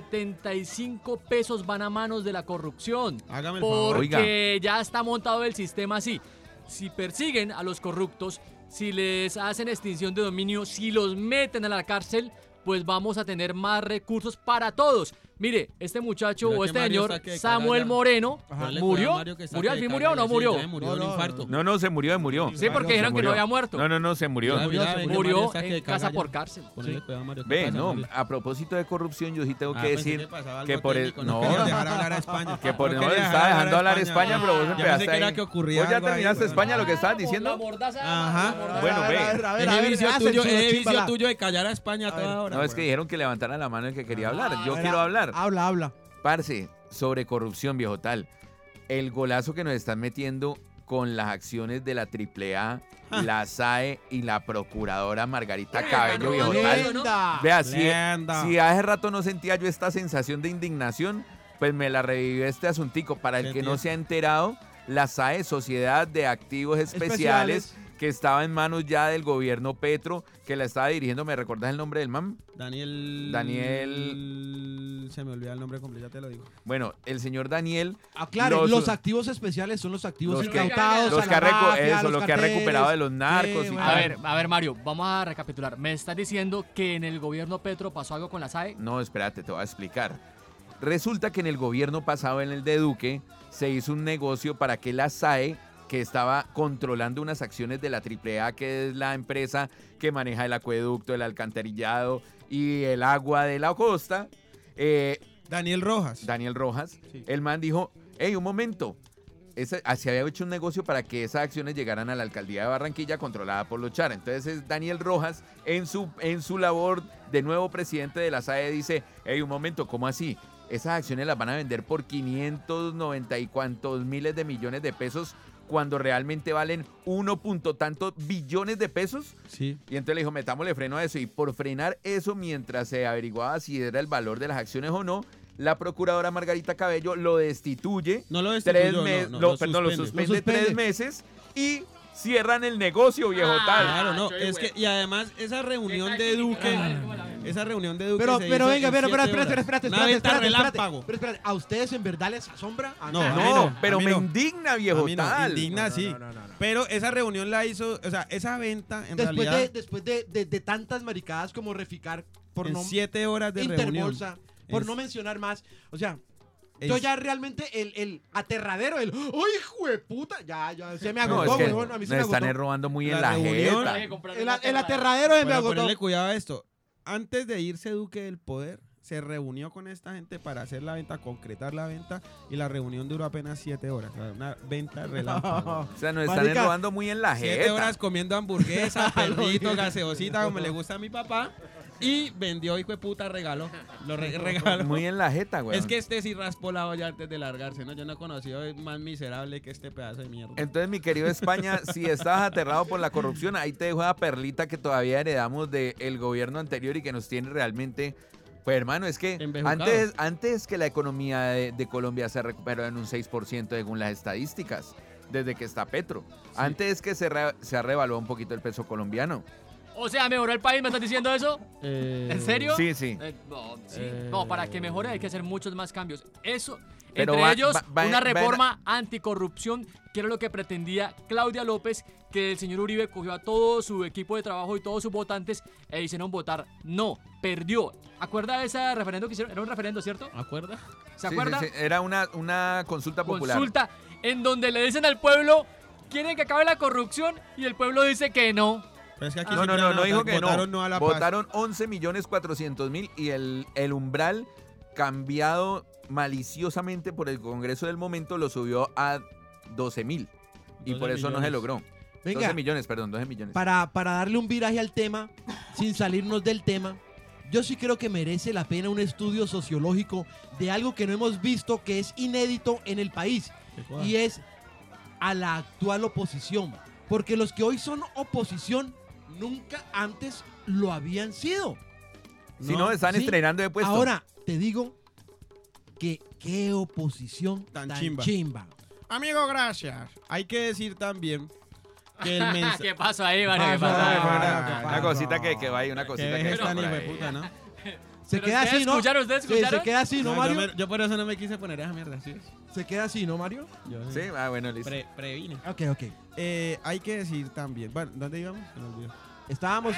Speaker 5: 75 pesos van a manos de la corrupción.
Speaker 4: Hágame el favor.
Speaker 5: Porque ya está montado el sistema así. Si persiguen a los corruptos, si les hacen extinción de dominio, si los meten a la cárcel, pues vamos a tener más recursos para todos. Mire, este muchacho
Speaker 4: Pero
Speaker 5: o
Speaker 4: que
Speaker 5: este
Speaker 4: Mario
Speaker 5: señor
Speaker 4: saque de
Speaker 5: Samuel
Speaker 4: cara ya.
Speaker 5: Moreno
Speaker 4: Ajá. Dale, cuidado,
Speaker 5: murió.
Speaker 4: Mario, que saque
Speaker 5: ¿Murió al
Speaker 4: de
Speaker 5: fin?
Speaker 4: cara,
Speaker 5: ¿Murió o no
Speaker 4: sí,
Speaker 5: murió?
Speaker 4: ya murió
Speaker 3: No,
Speaker 4: un
Speaker 3: no,
Speaker 4: infarto.
Speaker 3: no.
Speaker 2: No, no, se murió, se murió.
Speaker 7: Ah,
Speaker 5: Sí, porque
Speaker 3: se
Speaker 5: dijeron que
Speaker 2: murió.
Speaker 5: no había muerto.
Speaker 2: No, no, no, se murió.
Speaker 4: Ya,
Speaker 3: murió,
Speaker 4: mira,
Speaker 3: se
Speaker 4: venga, Mario,
Speaker 5: Murió
Speaker 4: saque
Speaker 5: en
Speaker 4: de cara
Speaker 5: casa
Speaker 4: ya.
Speaker 5: por cárcel.
Speaker 4: Ponele cuidado, Mario, ¿qué
Speaker 2: Ve,
Speaker 4: pasa,
Speaker 2: no,
Speaker 4: Mario?
Speaker 2: a propósito de corrupción, yo sí tengo
Speaker 4: Ah,
Speaker 2: que
Speaker 4: pensé
Speaker 2: decir
Speaker 4: pasaba algo
Speaker 2: que por el-
Speaker 4: técnico, no,
Speaker 2: no.
Speaker 4: querías dejar hablar a España.
Speaker 2: que por
Speaker 4: No
Speaker 2: no le
Speaker 4: querías
Speaker 2: estaba
Speaker 4: dejar
Speaker 2: dejando hablar España, pero vos
Speaker 4: Ya
Speaker 2: empezaste
Speaker 4: pensé que era
Speaker 2: ahí.
Speaker 4: que ocurría
Speaker 2: Vos ya
Speaker 4: algo ahí, pues.
Speaker 2: terminaste
Speaker 4: weón.
Speaker 2: España lo que
Speaker 5: están
Speaker 2: estabas diciendo.
Speaker 4: Ajá.
Speaker 2: Bueno, ve.
Speaker 4: Ese vicio
Speaker 3: hácense
Speaker 4: tuyo,
Speaker 3: una
Speaker 4: ese
Speaker 3: chímbala.
Speaker 4: vicio tuyo de callar a España a toda hora.
Speaker 2: No, es
Speaker 4: weón.
Speaker 2: que dijeron que levantara la mano el que
Speaker 4: Ah,
Speaker 2: quería hablar. Yo
Speaker 3: Era-
Speaker 2: quiero hablar.
Speaker 3: Habla, habla.
Speaker 2: Parce, sobre corrupción, viejo tal. El golazo que nos están metiendo con las acciones de la AAA, la SAE y la procuradora Margarita
Speaker 5: Uy,
Speaker 2: Cabello,
Speaker 5: ganó,
Speaker 2: viejo
Speaker 5: ganó.
Speaker 2: tal.
Speaker 3: Lenda.
Speaker 2: Vea, si,
Speaker 4: Lenda.
Speaker 2: si hace rato no sentía yo esta sensación de indignación, pues me la revivió este asuntico. Para el que no
Speaker 4: Sentí.
Speaker 2: se ha enterado, la SAE, Sociedad de Activos Especiales, que estaba en manos ya del gobierno Petro, que la estaba dirigiendo, ¿me recordás el nombre del man?
Speaker 4: Daniel.
Speaker 2: Daniel-
Speaker 4: Se me olvida el nombre completo, ya te lo digo.
Speaker 2: Bueno, el señor Daniel
Speaker 3: Aclaren,
Speaker 2: Los-
Speaker 3: Ah, los, activos especiales son los activos
Speaker 2: los que-
Speaker 3: incautados.
Speaker 2: los
Speaker 3: a
Speaker 2: que, ha
Speaker 3: la
Speaker 2: recu-
Speaker 3: mafia,
Speaker 2: eso,
Speaker 3: los
Speaker 2: lo que ha
Speaker 3: carteles.
Speaker 2: recuperado de los narcos
Speaker 3: Sí,
Speaker 2: y
Speaker 3: bueno.
Speaker 2: tal.
Speaker 5: A ver, a ver, Mario, vamos a recapitular. Me estás diciendo que en el gobierno Petro pasó algo con la E. SAE.
Speaker 2: No, espérate, te voy a explicar. Resulta que en el gobierno pasado, en el de Duque, se hizo un negocio para que la SAE, que estaba controlando unas acciones de la AAA, que es la empresa que maneja el acueducto, el alcantarillado y el agua de la costa, eh,
Speaker 4: Daniel Rojas.
Speaker 2: Daniel Rojas,
Speaker 4: Sí.
Speaker 2: el man dijo, hey, un momento, ese- ah, se había hecho un negocio para que esas acciones llegaran a la alcaldía de Barranquilla controlada por los Char. Entonces es Daniel Rojas en su, en su labor de nuevo presidente de la SAE dice, hey, un momento, ¿cómo así? Esas acciones las van a vender por 590 y cuantos miles de millones de pesos cuando realmente valen uno punto tanto billones de pesos.
Speaker 4: Sí.
Speaker 2: Y entonces le dijo, metámosle freno a eso. Y por frenar eso, mientras se averiguaba si era el valor de las acciones o no, la procuradora Margarita Cabello lo destituye.
Speaker 4: No lo destituyó,
Speaker 2: Tres
Speaker 4: no,
Speaker 2: meses.
Speaker 4: no,
Speaker 2: lo, perdón, lo
Speaker 4: suspende.
Speaker 2: suspende
Speaker 3: Lo suspende.
Speaker 2: tres meses y cierran el negocio, viejo
Speaker 5: Ah,
Speaker 2: tal.
Speaker 4: Claro, no.
Speaker 6: Ay,
Speaker 4: Es que, y además, esa reunión de Duque. Esa reunión de Duque.
Speaker 3: Pero,
Speaker 4: se
Speaker 3: pero
Speaker 4: hizo
Speaker 3: venga,
Speaker 4: en siete
Speaker 3: pero, pero, espérate,
Speaker 4: horas.
Speaker 3: espérate, espérate,
Speaker 4: Una
Speaker 3: espérate,
Speaker 4: venta
Speaker 3: espérate, espérate,
Speaker 4: relámpago.
Speaker 3: Pero espérate, ¿a ustedes en verdad les asombra? Ah,
Speaker 4: No,
Speaker 2: No,
Speaker 4: a mí no, a
Speaker 2: pero
Speaker 4: mí
Speaker 2: me
Speaker 4: no.
Speaker 2: indigna, viejo
Speaker 4: A mí no,
Speaker 2: tal.
Speaker 4: indigna, sí. Pero esa reunión la hizo, o sea, esa venta en
Speaker 3: Después,
Speaker 4: realidad
Speaker 3: de, después de, de- de tantas maricadas como reficar por
Speaker 4: en
Speaker 3: no
Speaker 4: siete horas de reunión.
Speaker 3: Interbolsa, por
Speaker 4: Es-
Speaker 3: no mencionar más. O sea,
Speaker 4: Es-
Speaker 3: yo ya realmente el, el aterradero, el ¡Uy, hijo de puta! Ya, ya, se me
Speaker 2: No,
Speaker 3: agotó,
Speaker 2: es que
Speaker 3: huevón, a mí se me
Speaker 2: nos están
Speaker 3: agotó.
Speaker 2: robando muy en
Speaker 4: La
Speaker 2: la
Speaker 4: reunión-
Speaker 2: jeta.
Speaker 3: El, el aterradero se me
Speaker 4: Pero
Speaker 3: agotó.
Speaker 4: ponerle cuidado a esto. Antes de irse Duque del poder, se reunió con esta gente para hacer la venta, concretar la venta, y la reunión duró apenas siete horas. o sea, una venta
Speaker 3: *laughs*
Speaker 4: relámpago.
Speaker 2: O sea, nos están
Speaker 3: Marica,
Speaker 2: robando muy en la
Speaker 4: siete
Speaker 2: jeta.
Speaker 4: horas
Speaker 2: *laughs*
Speaker 4: comiendo hamburguesas, perritos, gaseosita, como le gusta a mi papá, y vendió, hijo de puta, regaló. Lo re- regaló.
Speaker 2: Muy en la jeta, güey.
Speaker 4: Es que este sí raspó la olla antes de largarse, ¿no? Yo no he conocido más miserable que este pedazo de mierda.
Speaker 2: Entonces, mi querido España, si estabas aterrado por la corrupción, ahí te dejo la perlita que todavía heredamos del gobierno anterior y que nos tiene realmente. Pues, hermano, es que
Speaker 4: Embejucados.
Speaker 2: antes, antes que la economía de, de Colombia se recuperó en un 6% según las estadísticas, desde que está Petro. Antes que se, re- se ha revaluado un poquito el peso colombiano.
Speaker 5: O sea, mejoró el país, ¿me estás diciendo eso?
Speaker 4: Eh,
Speaker 5: ¿En serio?
Speaker 2: Sí, sí.
Speaker 5: Eh, no, sí.
Speaker 4: Eh.
Speaker 5: No, para que mejore hay que hacer muchos más cambios. Eso,
Speaker 2: Pero
Speaker 5: entre
Speaker 2: va-
Speaker 5: ellos,
Speaker 2: va- va-
Speaker 5: una
Speaker 2: va-
Speaker 5: reforma anticorrupción, que era lo que pretendía Claudia López, que el señor Uribe cogió a todo su equipo de trabajo y todos sus votantes e hicieron votar no, perdió. ¿Acuerda de ese referendo que hicieron? Era un referendo, ¿cierto?
Speaker 4: ¿Acuerda?
Speaker 5: ¿Se
Speaker 2: Sí, sí,
Speaker 5: acuerda?
Speaker 2: sí. Era una, una consulta popular.
Speaker 5: Consulta en donde le dicen al pueblo, ¿quieren que acabe la corrupción? Y el pueblo dice que no.
Speaker 4: Pero es que aquí
Speaker 2: No, no,
Speaker 4: siempre
Speaker 2: no,
Speaker 4: van a
Speaker 2: no dijo
Speaker 4: votar,
Speaker 2: que no.
Speaker 4: votaron a la paz.
Speaker 2: Ah. Votaron 11 millones 400 mil y el, el umbral cambiado maliciosamente por el Congreso del momento lo subió a 12 mil. Y
Speaker 4: 12
Speaker 2: por eso no se
Speaker 4: millones.
Speaker 2: logró.
Speaker 3: Venga,
Speaker 2: 12 millones, perdón, 12 millones.
Speaker 3: para, para darle un viraje al tema, sin salirnos del tema, yo sí creo que merece la pena un estudio sociológico de algo que no hemos visto que es inédito en el país y es a la actual oposición. Porque los que hoy son oposición nunca antes lo habían sido.
Speaker 2: si no, están
Speaker 3: sí.
Speaker 2: estrenando de puesto.
Speaker 3: Ahora te digo que qué oposición
Speaker 4: Tan
Speaker 3: tan,
Speaker 4: chimba.
Speaker 3: chimba.
Speaker 4: Amigo, gracias. Hay que decir también
Speaker 2: *laughs*
Speaker 4: que el mensaje.
Speaker 5: Ah, ¿Qué pasó ahí, Mario? ¿Qué
Speaker 3: Pasó,
Speaker 5: pasó ahí?
Speaker 3: Mario.
Speaker 2: Ah, una cosita que, que va ahí, una
Speaker 4: que
Speaker 2: cosita que,
Speaker 4: deje
Speaker 2: va
Speaker 4: tan
Speaker 2: por
Speaker 4: hijo de
Speaker 2: ahí.
Speaker 4: puta, ¿no?
Speaker 3: Se
Speaker 5: ¿Pero
Speaker 3: queda
Speaker 5: ustedes
Speaker 3: así, ¿no?
Speaker 5: escucharon? ¿Ustedes
Speaker 3: Sí,
Speaker 5: escucharon?
Speaker 3: se queda así, ¿no,
Speaker 4: No, yo,
Speaker 3: Mario?
Speaker 4: me- yo por eso no me quise poner esa mierda, ¿sí?
Speaker 3: Se queda así, ¿no, Mario?
Speaker 4: Yo
Speaker 2: Sí, ah, bueno, listo.
Speaker 4: pre- previne.
Speaker 3: Ok, ok.
Speaker 4: *laughs* Eh, hay que decir también. Bueno, ¿dónde íbamos? Se me olvidó.
Speaker 3: Estábamos.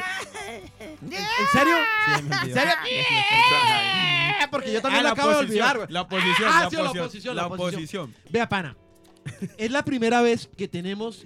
Speaker 3: ¿En *laughs* en serio?
Speaker 4: Sí, me olvidó.
Speaker 3: Eh, Porque yo también
Speaker 4: Ah,
Speaker 3: lo
Speaker 4: la
Speaker 3: acabo de
Speaker 4: oposición,
Speaker 3: olvidar, güey.
Speaker 4: La oposición,
Speaker 3: Ah,
Speaker 4: la,
Speaker 3: sí, la
Speaker 4: oposición,
Speaker 3: oposición,
Speaker 4: la
Speaker 3: la oposición.
Speaker 4: oposición.
Speaker 3: Vea, pana. Es la primera vez que tenemos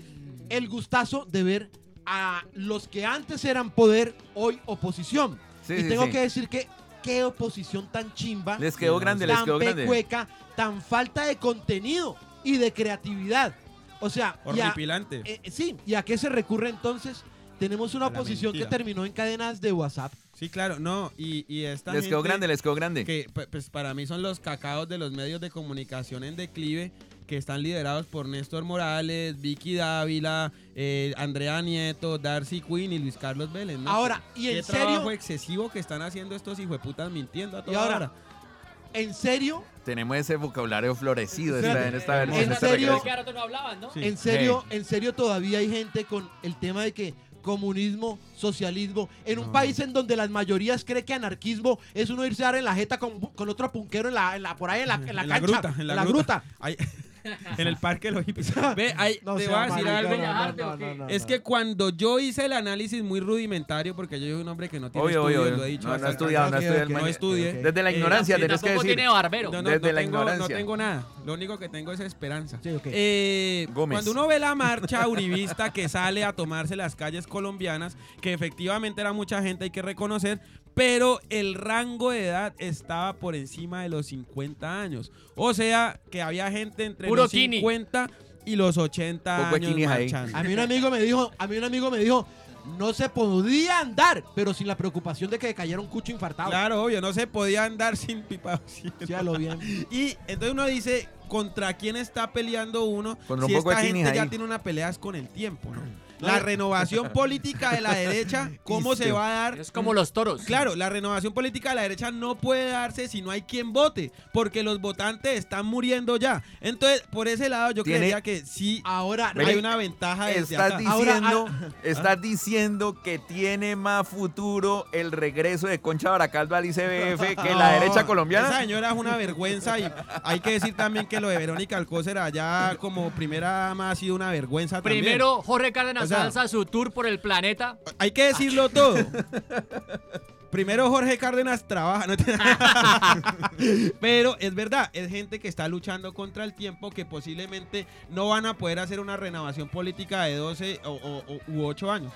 Speaker 3: el gustazo de ver a los que antes eran poder, hoy oposición.
Speaker 2: Sí,
Speaker 3: y
Speaker 2: sí,
Speaker 3: tengo
Speaker 2: sí.
Speaker 3: que decir que qué oposición tan chimba,
Speaker 2: Les quedó grande, les
Speaker 3: tan
Speaker 2: quedó grande.
Speaker 3: pecueca, tan falta de contenido y de creatividad. O sea, y a-
Speaker 4: Horripilante.
Speaker 3: eh, sí, ¿y a qué se recurre entonces? Tenemos una
Speaker 4: A la
Speaker 3: oposición que
Speaker 4: mentira.
Speaker 3: terminó en cadenas de WhatsApp.
Speaker 4: Sí, claro, no. Y, y esta
Speaker 2: Les quedó
Speaker 4: gente
Speaker 2: grande, les quedó grande.
Speaker 4: Que pu- pues, para mí son los cacaos de los medios de comunicación en declive que están liderados por Néstor Morales, Vicky Dávila, eh, Andrea Nieto, Darcy Quinn y Luis Carlos Vélez. ¿no?
Speaker 3: Ahora, y
Speaker 4: Qué
Speaker 3: en serio,
Speaker 4: trabajo excesivo que están haciendo estos hijueputas mintiendo a
Speaker 3: Y
Speaker 4: toda
Speaker 3: ahora,
Speaker 4: hora.
Speaker 3: en serio,
Speaker 2: Tenemos ese vocabulario florecido
Speaker 3: Espérate,
Speaker 2: esta- en esta
Speaker 4: ¿en
Speaker 2: versión. en este
Speaker 3: serio?
Speaker 2: regreso.
Speaker 5: Que rato no hablaban, ¿no?
Speaker 4: Sí.
Speaker 3: en serio, en serio todavía hay gente con el tema de que comunismo, socialismo, en un
Speaker 4: No.
Speaker 3: país en donde las mayorías cree que anarquismo es uno irse a dar en la jeta con, con otro punquero en la, en la- por ahí en la, en la
Speaker 4: En la
Speaker 3: cancha,
Speaker 4: gruta, en la gruta. Ahí- *laughs* en el parque de los hippies.
Speaker 3: *laughs*
Speaker 4: Ve, ahí,
Speaker 3: No
Speaker 4: te
Speaker 3: sea
Speaker 4: voy a decir
Speaker 3: marica,
Speaker 4: algo.
Speaker 3: no,
Speaker 5: Bellas
Speaker 3: no,
Speaker 5: Artes,
Speaker 3: no,
Speaker 5: ¿o qué?
Speaker 3: no, no,
Speaker 4: Es
Speaker 3: no.
Speaker 4: que cuando yo hice el análisis muy rudimentario, porque yo soy un hombre que no tiene
Speaker 2: Obvio,
Speaker 4: estudios,
Speaker 2: obvio.
Speaker 4: lo he dicho.
Speaker 2: No, no he
Speaker 4: bastante.
Speaker 2: estudiado, no he
Speaker 3: Ok,
Speaker 2: estudiado. el
Speaker 3: ok,
Speaker 4: no
Speaker 2: man-
Speaker 4: estudié.
Speaker 3: ok, ok.
Speaker 2: Desde la
Speaker 4: Eh,
Speaker 2: ignorancia,
Speaker 4: sí,
Speaker 2: tenés que
Speaker 5: Tampoco
Speaker 2: decir.
Speaker 5: tiene barbero.
Speaker 4: No, no,
Speaker 2: Desde
Speaker 4: no
Speaker 2: la
Speaker 4: tengo,
Speaker 2: ignorancia.
Speaker 4: No tengo nada. Lo único que tengo es esperanza.
Speaker 3: Sí, ok.
Speaker 4: Eh,
Speaker 2: Gómez.
Speaker 4: Cuando uno ve la marcha uribista que sale a tomarse las calles colombianas, que efectivamente era mucha gente, hay que reconocer, pero el rango de edad estaba por encima de los 50 años. O sea, que había gente entre
Speaker 5: Puro
Speaker 4: los
Speaker 5: kini.
Speaker 4: 50 y los 80
Speaker 2: Poco de
Speaker 4: años
Speaker 2: kinis ahí.
Speaker 4: marchando.
Speaker 3: A mí un amigo me dijo, a mí un amigo me dijo, no se podía andar, pero sin la preocupación de que cayera un cucho infartado.
Speaker 4: Claro, obvio, no se podía andar *laughs* sin pipa. sin-
Speaker 3: Ah, Sí, a lo bien.
Speaker 4: Y entonces uno dice, ¿contra quién está peleando uno?
Speaker 2: Contra un
Speaker 4: si
Speaker 2: poco de
Speaker 4: esta gente
Speaker 2: chinis ahí.
Speaker 4: ya tiene una pelea es con el tiempo, ¿no? La
Speaker 3: *laughs*
Speaker 4: renovación política de la derecha, ¿cómo se va a dar?
Speaker 5: Es como los toros.
Speaker 4: Claro, la renovación política de la derecha no puede darse si no hay quien vote, porque los votantes están muriendo ya. Entonces, por ese lado, yo
Speaker 2: Tiene-
Speaker 4: creería que sí
Speaker 3: Ahora,
Speaker 2: Vení.
Speaker 4: hay una ventaja desde
Speaker 2: Estás
Speaker 4: acá.
Speaker 3: Ahora,
Speaker 2: diciendo, estás diciendo que tiene más futuro el regreso de Concha Baracaldo al
Speaker 4: *laughs*
Speaker 2: ICBF que la
Speaker 4: No,
Speaker 2: derecha
Speaker 4: Esa
Speaker 2: colombiana.
Speaker 4: señora es una vergüenza y hay que decir también que lo de Verónica Alcócer allá como primera dama ha sido una vergüenza también.
Speaker 5: Primero, Jorge Cárdenas
Speaker 4: O sea-
Speaker 5: lanza su tour por el planeta.
Speaker 4: Hay que decirlo todo. Primero Jorge Cárdenas trabaja, no te- pero es verdad, es gente que está luchando contra el tiempo que posiblemente no van a poder hacer una renovación política de 12 o, o- o- u 8 años.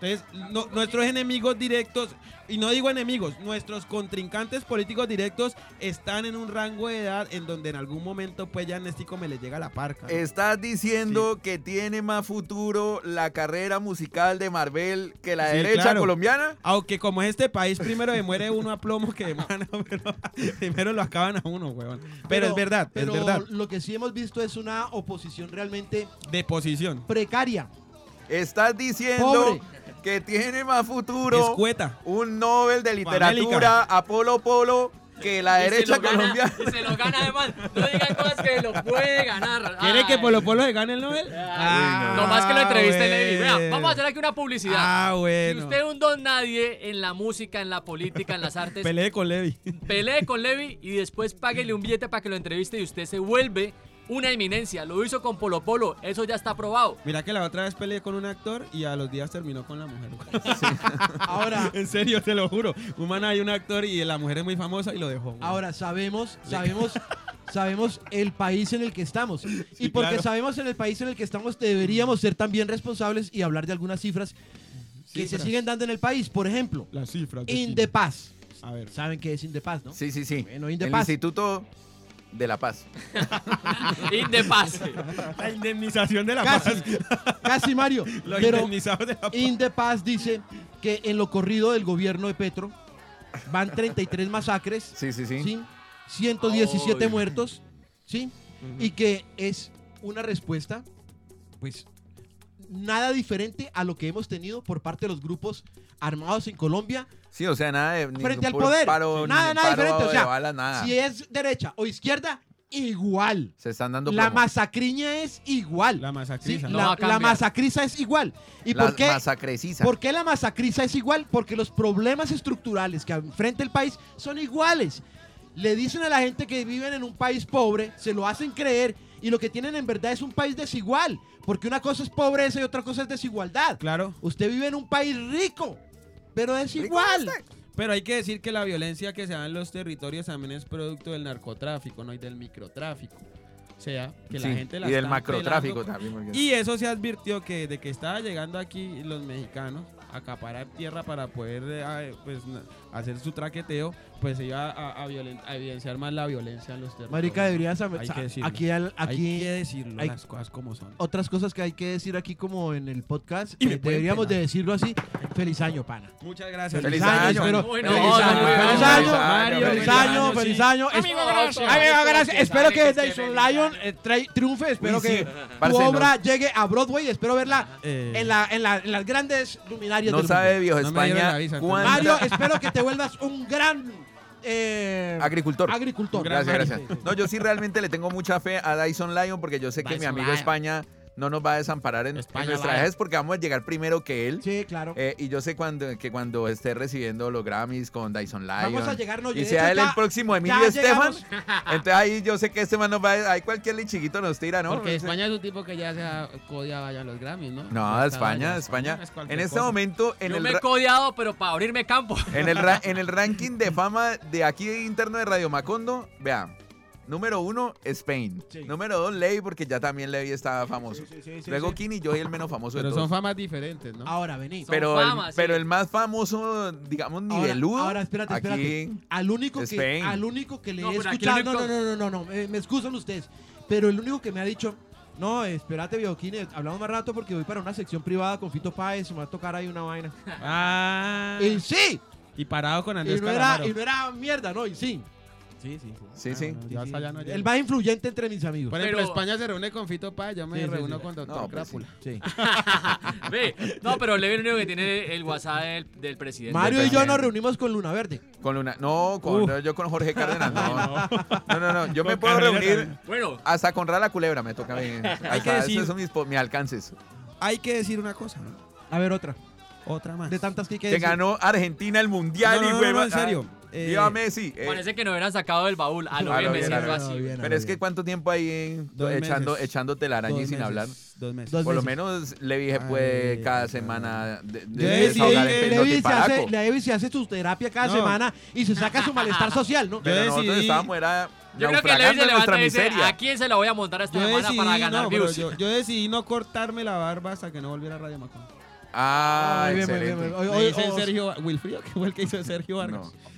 Speaker 4: Entonces, no- nuestros enemigos directos, y no digo enemigos, nuestros contrincantes políticos directos están en un rango de edad en donde en algún momento pues ya Nestico me les llega la parca. ¿no?
Speaker 2: Estás diciendo que tiene más futuro la carrera musical de Marvel que la
Speaker 4: Sí,
Speaker 2: derecha
Speaker 4: claro.
Speaker 2: colombiana.
Speaker 4: Aunque como es este país, primero me muere uno a plomo que *laughs* de mano, pero primero lo acaban a uno, huevón. Pero, es verdad,
Speaker 3: pero
Speaker 4: es verdad.
Speaker 3: Lo que sí hemos visto es una oposición realmente
Speaker 4: De posición.
Speaker 3: precaria.
Speaker 2: Estás diciendo
Speaker 3: Pobre.
Speaker 2: que tiene más futuro
Speaker 4: Escueta.
Speaker 2: un Nobel de literatura
Speaker 4: Famélica.
Speaker 2: Apolo Polo que la
Speaker 5: Y se
Speaker 2: derecha
Speaker 5: lo gana,
Speaker 2: colombiana.
Speaker 5: y se lo gana además. No digan cosas que lo puede ganar.
Speaker 4: ¿Quiere
Speaker 3: Ah.
Speaker 4: que
Speaker 5: Ay.
Speaker 4: Polo Polo se gane el Nobel? Ah,
Speaker 5: Nomás que lo entreviste y le dije,
Speaker 4: bueno.
Speaker 5: vea, vamos a hacer aquí una publicidad.
Speaker 4: Ah,
Speaker 5: Si
Speaker 4: bueno.
Speaker 5: usted es un don nadie en la música, en la política, en las artes,
Speaker 4: Peleé con Levi. *laughs*
Speaker 5: pelee con Levi y después páguele un billete para que lo entreviste y usted se vuelve una eminencia. Lo hizo con Polo Polo, eso ya está probado.
Speaker 4: Mira que la otra vez peleé con un actor y a los días terminó con la mujer. *laughs*
Speaker 3: Ahora,
Speaker 4: en serio, te lo juro. Un man hay un actor y la mujer es muy famosa y lo dejó. güey.
Speaker 3: ahora sabemos, sabemos, sabemos el país en el que estamos. y porque
Speaker 4: claro.
Speaker 3: sabemos en el país en el que estamos, deberíamos ser también responsables y hablar de algunas cifras que se
Speaker 4: Cifras.
Speaker 3: siguen dando en el país. Por ejemplo,
Speaker 4: Las cifras. de Chile.
Speaker 3: Indepaz.
Speaker 4: A
Speaker 3: *laughs*
Speaker 4: ver.
Speaker 3: Saben qué es Indepaz, ¿no?
Speaker 2: Sí, sí, sí.
Speaker 3: Bueno,
Speaker 2: el
Speaker 3: Indepaz.
Speaker 2: Instituto de la Paz. *laughs*
Speaker 5: Indepaz.
Speaker 4: La indemnización de la
Speaker 3: Casi,
Speaker 4: paz. *laughs*
Speaker 3: casi Mario.
Speaker 4: Los
Speaker 3: Pero
Speaker 4: indemnizados de la paz.
Speaker 3: Indepaz dice que en lo corrido del gobierno de Petro van 33 masacres.
Speaker 2: Sí, sí, sí.
Speaker 3: ¿sí? 117
Speaker 5: Ay.
Speaker 3: muertos, ¿sí? Y que es una respuesta, pues, nada diferente a lo que hemos tenido por parte de los grupos armados en Colombia.
Speaker 2: Sí, o sea, nada de.
Speaker 3: Frente
Speaker 2: ningún
Speaker 3: al poder.
Speaker 2: Paro,
Speaker 3: Sí. Nada,
Speaker 2: ni
Speaker 3: nada
Speaker 2: paro
Speaker 3: diferente, o
Speaker 2: de
Speaker 3: sea,
Speaker 2: bala,
Speaker 5: Ah.
Speaker 2: nada.
Speaker 3: Si es derecha o izquierda, igual.
Speaker 2: Se están dando
Speaker 3: La
Speaker 2: plomo.
Speaker 3: masacriña es igual.
Speaker 4: La
Speaker 3: ¿sí?
Speaker 4: masacriza.
Speaker 5: No
Speaker 3: la,
Speaker 5: va a
Speaker 3: la
Speaker 5: cambiar.
Speaker 3: masacriza es igual. ¿Y
Speaker 2: La
Speaker 3: por qué?
Speaker 2: masacreciza.
Speaker 3: ¿Por qué la masacriza es igual? Porque los problemas estructurales que enfrenta el país son iguales. le dicen a la gente que viven en un país pobre, se lo hacen creer y lo que tienen en verdad es un país desigual, porque una cosa es pobreza y otra cosa es desigualdad.
Speaker 4: Claro.
Speaker 3: Usted vive en un país rico, pero es igual.
Speaker 4: Pero hay que decir que la violencia que se da en los territorios también es producto del narcotráfico, no y del microtráfico. O sea, que la
Speaker 2: Sí,
Speaker 4: gente la
Speaker 2: y del
Speaker 4: están
Speaker 2: macrotráfico
Speaker 4: pelando.
Speaker 2: también. porque-
Speaker 4: Y eso se advirtió que de que estaba llegando aquí los mexicanos a acaparar tierra para poder eh, ah, pues, na- hacer su traqueteo, pues se iba a, a violen- a evidenciar más la violencia en los territorios.
Speaker 3: Marica, deberían saber.
Speaker 4: Hay
Speaker 3: sa-
Speaker 4: que decirlo.
Speaker 3: aquí, al-
Speaker 4: hay
Speaker 3: aquí
Speaker 4: que decirlo,
Speaker 3: hay-
Speaker 4: las cosas como son.
Speaker 3: otras cosas que hay que decir aquí como en el podcast.
Speaker 4: Y
Speaker 3: eh,
Speaker 4: me pueden
Speaker 3: deberíamos
Speaker 4: pelar.
Speaker 3: de decirlo así. Feliz año, pana.
Speaker 4: Muchas gracias.
Speaker 2: Feliz año,
Speaker 3: espero-
Speaker 5: Uy, no,
Speaker 3: feliz
Speaker 5: no,
Speaker 3: año,
Speaker 5: no,
Speaker 3: feliz
Speaker 5: no,
Speaker 3: año,
Speaker 5: no, Mario,
Speaker 3: feliz
Speaker 4: feliz
Speaker 3: año,
Speaker 4: año,
Speaker 3: feliz
Speaker 4: sí.
Speaker 3: año. Es-
Speaker 6: Amigo, gracias.
Speaker 3: Amigo, gracias.
Speaker 4: gracias.
Speaker 3: Espero que
Speaker 4: Alex,
Speaker 3: Dyson
Speaker 4: feliz
Speaker 3: Lion eh, tra- triunfe. Espero
Speaker 4: sí.
Speaker 3: que tu
Speaker 2: Parce, no-
Speaker 3: obra llegue a Broadway. Espero verla
Speaker 4: Eh,
Speaker 3: en, la, en, la- en las grandes luminarias
Speaker 2: No
Speaker 3: del
Speaker 2: sabe, viejo
Speaker 4: No me dieron
Speaker 2: España,
Speaker 4: la visa,
Speaker 3: mundo.
Speaker 2: cuánta-
Speaker 3: Mario, espero que te vuelvas un gran eh,
Speaker 2: Agricultor.
Speaker 3: agricultor.
Speaker 4: Un gran
Speaker 2: Gracias,
Speaker 4: Mario.
Speaker 2: gracias. No, yo sí realmente le tengo mucha fe a Dyson Lion porque yo sé que mi
Speaker 4: Dyson
Speaker 2: amigo
Speaker 4: Lion.
Speaker 2: España no nos va a desamparar en, en
Speaker 4: España
Speaker 2: nuestras
Speaker 4: Lion.
Speaker 2: redes porque vamos a llegar primero que él.
Speaker 3: Sí, claro.
Speaker 2: Eh, y yo sé cuando, que cuando esté recibiendo los Grammys con Dyson Lion
Speaker 3: Vamos a llegar, no,
Speaker 2: y
Speaker 3: de
Speaker 2: sea
Speaker 3: hecho,
Speaker 2: él
Speaker 3: ya-
Speaker 2: el próximo Emilio
Speaker 3: ya
Speaker 2: Estefan,
Speaker 3: llegamos. *laughs*
Speaker 2: entonces ahí yo sé que este man nos va a... Ahí cualquier lichiguito nos tira, ¿no?
Speaker 8: Porque España es un tipo que ya se ha codiado allá en los Grammys, ¿no?
Speaker 2: No,
Speaker 8: Ya está
Speaker 2: España,
Speaker 8: allá.
Speaker 2: España.
Speaker 4: es cualquier
Speaker 2: en este
Speaker 4: cosa.
Speaker 2: momento, en
Speaker 5: Yo
Speaker 2: el,
Speaker 5: me he
Speaker 2: ra-
Speaker 5: codeado, pero para abrirme campo. *laughs*
Speaker 2: en, el ra- en el ranking de fama de aquí interno de Radio Macondo, vea, número uno, Spain.
Speaker 3: Sí.
Speaker 2: Número dos, Ley, porque ya también Ley estaba famoso. Luego Kini, yo soy el menos famoso
Speaker 4: pero
Speaker 2: de
Speaker 4: son
Speaker 2: todos.
Speaker 4: famas diferentes, ¿no?
Speaker 3: Ahora, vení.
Speaker 2: Pero,
Speaker 5: Son
Speaker 2: el,
Speaker 5: famas, sí.
Speaker 2: pero el más famoso, digamos,
Speaker 3: Ahora-
Speaker 2: niveludo.
Speaker 3: Ahora, espérate, espérate.
Speaker 2: Aquí,
Speaker 3: Al único que,
Speaker 2: Spain.
Speaker 3: al único que le
Speaker 5: No,
Speaker 3: he
Speaker 5: pero aquí el
Speaker 3: escuchado. No, no,
Speaker 5: único-
Speaker 3: no, no, no, no, eh, Me excusan ustedes. Pero el único que me ha dicho. No, espérate, Bioquine, hablamos más rato porque voy para una sección privada con Fito Páez, me va a tocar ahí una vaina.
Speaker 4: Ah,
Speaker 3: Y sí,
Speaker 4: y parado con
Speaker 3: y
Speaker 4: Andrés
Speaker 3: no, era,
Speaker 4: Calamaro.
Speaker 3: y no era mierda, no, y sí.
Speaker 4: Sí, sí,
Speaker 2: Sí,
Speaker 4: Ah,
Speaker 2: sí.
Speaker 4: bueno, ya hasta allá no
Speaker 3: El
Speaker 4: llego.
Speaker 3: más influyente entre mis amigos.
Speaker 4: Por ejemplo,
Speaker 5: Pero-
Speaker 4: España se reúne con Fito Páez, yo me
Speaker 3: Sí, sí,
Speaker 4: reúno
Speaker 3: sí.
Speaker 4: con Doctor
Speaker 2: No, pues sí.
Speaker 4: Crápula.
Speaker 3: Sí.
Speaker 5: Ve, no, pero Levin es el único que tiene el WhatsApp del, del presidente.
Speaker 3: Mario y yo
Speaker 2: Depende.
Speaker 3: nos reunimos con Luna Verde.
Speaker 2: con Luna. No, con,
Speaker 4: Uf.
Speaker 2: no, yo con Jorge Cárdenas.
Speaker 4: *laughs*
Speaker 2: No, no, no. no, Yo me
Speaker 4: Uh. Con
Speaker 2: puedo
Speaker 4: Carolina
Speaker 2: reunir
Speaker 4: también.
Speaker 5: Bueno,
Speaker 2: hasta con Rala Culebra, me toca
Speaker 4: *laughs*
Speaker 2: bien. Hasta,
Speaker 4: que decir-
Speaker 2: Esos son mis, po- mis alcances.
Speaker 4: Hay que decir una cosa, ¿no?
Speaker 3: A ver, otra.
Speaker 4: Otra más.
Speaker 3: De tantas que hay que
Speaker 2: Que
Speaker 3: decir.
Speaker 2: ganó Argentina el mundial
Speaker 4: no, no,
Speaker 2: y
Speaker 4: no,
Speaker 2: hueva-
Speaker 4: no, en serio.
Speaker 2: Ah,
Speaker 4: Eh,
Speaker 2: viva Messi. eh,
Speaker 5: parece que no hubieran sacado del baúl. A lo
Speaker 2: A lo
Speaker 5: bien me
Speaker 2: bien, a
Speaker 5: siento
Speaker 2: lo
Speaker 5: así.
Speaker 3: bien.
Speaker 2: pero es que cuánto tiempo hay eh,
Speaker 4: Dos
Speaker 2: echando,
Speaker 4: meses.
Speaker 2: echando telaraña
Speaker 4: dos
Speaker 2: y sin
Speaker 4: meses,
Speaker 2: hablar.
Speaker 4: Dos meses.
Speaker 3: Dos
Speaker 2: Por lo
Speaker 3: meses.
Speaker 2: menos Levi puede
Speaker 4: Ay,
Speaker 2: cada
Speaker 4: claro.
Speaker 2: semana de, de
Speaker 4: Yo
Speaker 3: Levi se
Speaker 2: desahogar
Speaker 4: decidí
Speaker 2: el
Speaker 4: que-
Speaker 2: penote
Speaker 3: Levi se hace,
Speaker 2: paraco.
Speaker 3: Levi se hace su terapia cada
Speaker 4: No.
Speaker 3: semana y se saca su malestar social, ¿no?
Speaker 2: Pero
Speaker 4: Yo
Speaker 2: nosotros
Speaker 4: decidí-
Speaker 2: estábamos era
Speaker 5: Yo creo que Levin
Speaker 2: naufragando
Speaker 5: se
Speaker 2: en nuestra
Speaker 5: levanta y dice,
Speaker 2: miseria.
Speaker 5: ¿a quién se la voy a montar esta
Speaker 4: Yo
Speaker 5: semana
Speaker 4: decidí,
Speaker 5: para ganar
Speaker 4: no, pero
Speaker 5: views?
Speaker 4: yo, yo decidí no cortarme la barba hasta que no volviera a Radio Macón.
Speaker 2: Ah,
Speaker 3: Ay, bien, bien,
Speaker 2: excelente.
Speaker 3: bien, bien. Hoy-
Speaker 4: Me
Speaker 3: hoy-
Speaker 4: dice
Speaker 3: os-
Speaker 4: Sergio Wilfrido, que fue el que hizo Sergio Vargas.
Speaker 2: No.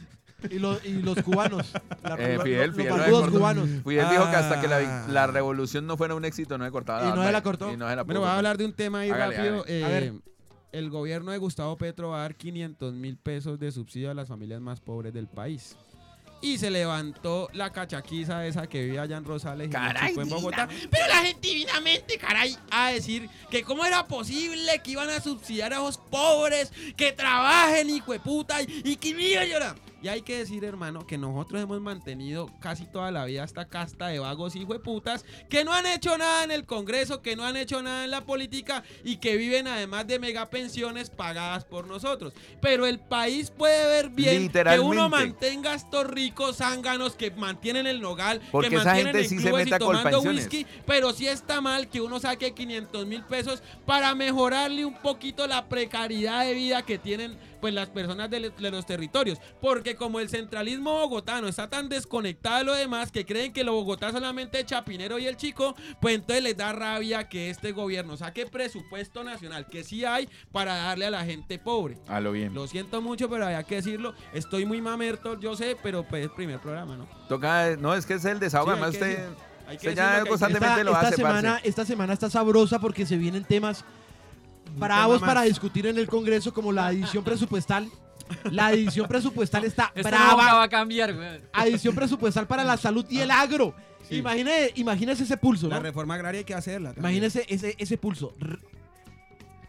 Speaker 3: Y, los, y los cubanos. La-
Speaker 2: Eh,
Speaker 3: lo-
Speaker 2: Fidel,
Speaker 3: los
Speaker 2: Fidel, no
Speaker 3: barbudos
Speaker 2: importa.
Speaker 3: cubanos.
Speaker 2: Fidel dijo que hasta que la,
Speaker 4: Ah.
Speaker 2: la revolución no fuera un éxito no le cortaba
Speaker 3: Y no
Speaker 2: barba.
Speaker 3: se la cortó.
Speaker 2: Y no se la pudo
Speaker 4: Bueno, voy a
Speaker 2: cortar.
Speaker 4: hablar de un tema ahí
Speaker 2: Hágale,
Speaker 4: rápido.
Speaker 3: A ver.
Speaker 4: Eh, El gobierno de Gustavo Petro va a dar 500 mil pesos de subsidio a las familias más pobres del país. Y se levantó la cachaquiza esa que vive allá en Rosales y
Speaker 2: Caray,
Speaker 4: Machuco, en Bogotá.
Speaker 8: Divina- Pero la gente divinamente, caray, a decir que cómo era posible que iban a subsidiar a esos pobres que trabajen, hijo de puta, y y que mira, llora.
Speaker 4: Y hay que decir, hermano, que nosotros hemos mantenido casi toda la vida esta casta de vagos y putas que no han hecho nada en el Congreso, que no han hecho nada en la política y que viven además de megapensiones pagadas por nosotros. Pero el país puede ver bien que
Speaker 2: Literalmente.
Speaker 4: uno mantenga a estos ricos zánganos que mantienen el nogal,
Speaker 2: Porque
Speaker 4: que
Speaker 2: esa
Speaker 4: mantienen
Speaker 2: gente
Speaker 4: el
Speaker 2: sí se
Speaker 4: clubes
Speaker 2: mete a
Speaker 4: y tomando
Speaker 2: colpensiones.
Speaker 4: whisky, pero sí está mal que uno saque 500 mil pesos para mejorarle un poquito la precariedad de vida que tienen pues las personas de, le- de los territorios. Porque como el centralismo bogotano está tan desconectado de lo demás que creen que lo Bogotá solamente es Chapinero y el Chico, pues entonces les da rabia que este gobierno saque presupuesto nacional que sí hay para darle a la gente pobre.
Speaker 2: A lo bien.
Speaker 4: Lo siento mucho, pero había que decirlo. Estoy muy mamerto, yo sé, pero pues es el primer programa, ¿no?
Speaker 2: Toca, no, es que es el desahogo.
Speaker 4: Sí, hay
Speaker 2: Además,
Speaker 4: que
Speaker 2: usted,
Speaker 4: decir- Hay
Speaker 2: usted
Speaker 4: decir
Speaker 2: ya
Speaker 4: lo que hay
Speaker 2: constantemente
Speaker 3: Esta,
Speaker 2: lo
Speaker 3: esta
Speaker 2: hace, parce.
Speaker 3: semana, esta semana está sabrosa porque se vienen temas bravos
Speaker 4: tema más.
Speaker 3: para discutir en el Congreso, como la adición presupuestal. La adición presupuestal está
Speaker 5: Esta Este nunca
Speaker 3: brava.
Speaker 5: va a cambiar, güey.
Speaker 3: Adición presupuestal para la salud y el
Speaker 2: Ah.
Speaker 3: agro.
Speaker 4: Sí.
Speaker 3: Imagínese, imagínese ese pulso,
Speaker 4: La
Speaker 3: ¿no?
Speaker 4: reforma agraria hay que hacerla. también.
Speaker 3: Imagínese ese, ese pulso. R-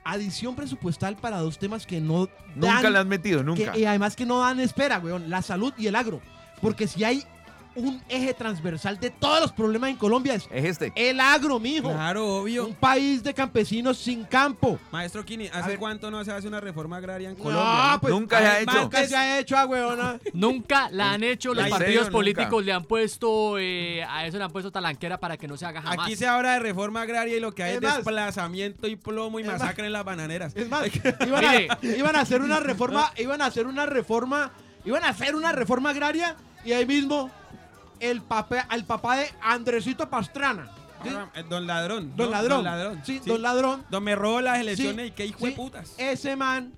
Speaker 3: Adición presupuestal para dos temas que no dan
Speaker 2: Nunca la han metido,
Speaker 3: que-
Speaker 2: nunca.
Speaker 3: y además que no dan espera, weón. La salud y el agro. Porque si hay un eje transversal de todos los problemas en Colombia es
Speaker 2: Es este.
Speaker 3: el agro, mijo.
Speaker 4: Claro, obvio.
Speaker 3: Un país de campesinos sin campo.
Speaker 4: Maestro Kini,
Speaker 2: A
Speaker 4: ¿hace
Speaker 2: ver.
Speaker 4: cuánto no se hace una reforma agraria en
Speaker 3: No,
Speaker 4: Colombia?
Speaker 3: pues,
Speaker 2: Nunca se ha
Speaker 4: además,
Speaker 2: hecho.
Speaker 3: ¿Qué se ha hecho, ah, huevona?
Speaker 5: Nunca la han hecho, los
Speaker 2: ¿En serio?
Speaker 5: partidos
Speaker 2: Nunca.
Speaker 5: políticos le han puesto, eh, a eso le han puesto talanquera para que no se haga jamás.
Speaker 4: Aquí se habla de reforma agraria y lo que hay
Speaker 3: Es
Speaker 4: es,
Speaker 3: más-
Speaker 4: desplazamiento y plomo y masacre en las bananeras. *laughs*
Speaker 3: Es más, iban a,
Speaker 5: Mire.
Speaker 3: iban a hacer una reforma, iban a hacer una reforma, iban a hacer una reforma agraria y ahí mismo el papá, el papá de Andresito Pastrana, ¿sí?
Speaker 4: Eh, Don ladrón.
Speaker 3: don
Speaker 4: ¿no?
Speaker 3: ladrón,
Speaker 4: Don ladrón.
Speaker 3: sí,
Speaker 4: sí.
Speaker 3: don ladrón,
Speaker 4: Don me robó las elecciones y
Speaker 3: Sí,
Speaker 4: qué hijo
Speaker 3: sí. Eh,
Speaker 4: de putas.
Speaker 3: ese man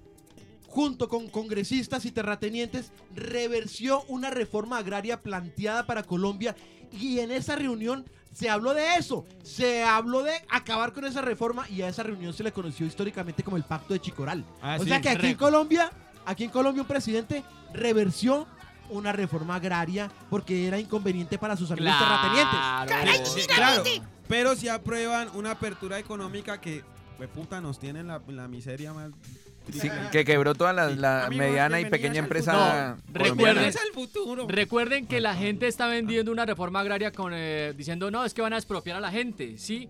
Speaker 3: junto con congresistas y terratenientes reversió una reforma agraria planteada para Colombia y en esa reunión se habló de eso, se habló de acabar con esa reforma y a esa reunión se le conoció históricamente como el Pacto de Chicoral.
Speaker 4: Ah,
Speaker 3: o
Speaker 4: sí.
Speaker 3: sea que aquí en Colombia, aquí en Colombia un presidente reversió una reforma agraria porque era inconveniente para sus amigos terratenientes.
Speaker 4: Sí, claro. Pero si aprueban una apertura económica que, pues puta, nos tienen la, la miseria más.
Speaker 2: Sí, que quebró toda la, la
Speaker 4: Amigos,
Speaker 2: mediana y
Speaker 4: bienvenidas
Speaker 2: pequeña
Speaker 4: al
Speaker 2: empresa
Speaker 5: futuro. No,
Speaker 2: colombiana.
Speaker 5: recuerden-
Speaker 4: al futuro.
Speaker 5: Recuerden que la gente está vendiendo una reforma agraria con, eh, diciendo, no, es que van a expropiar a la gente, sí,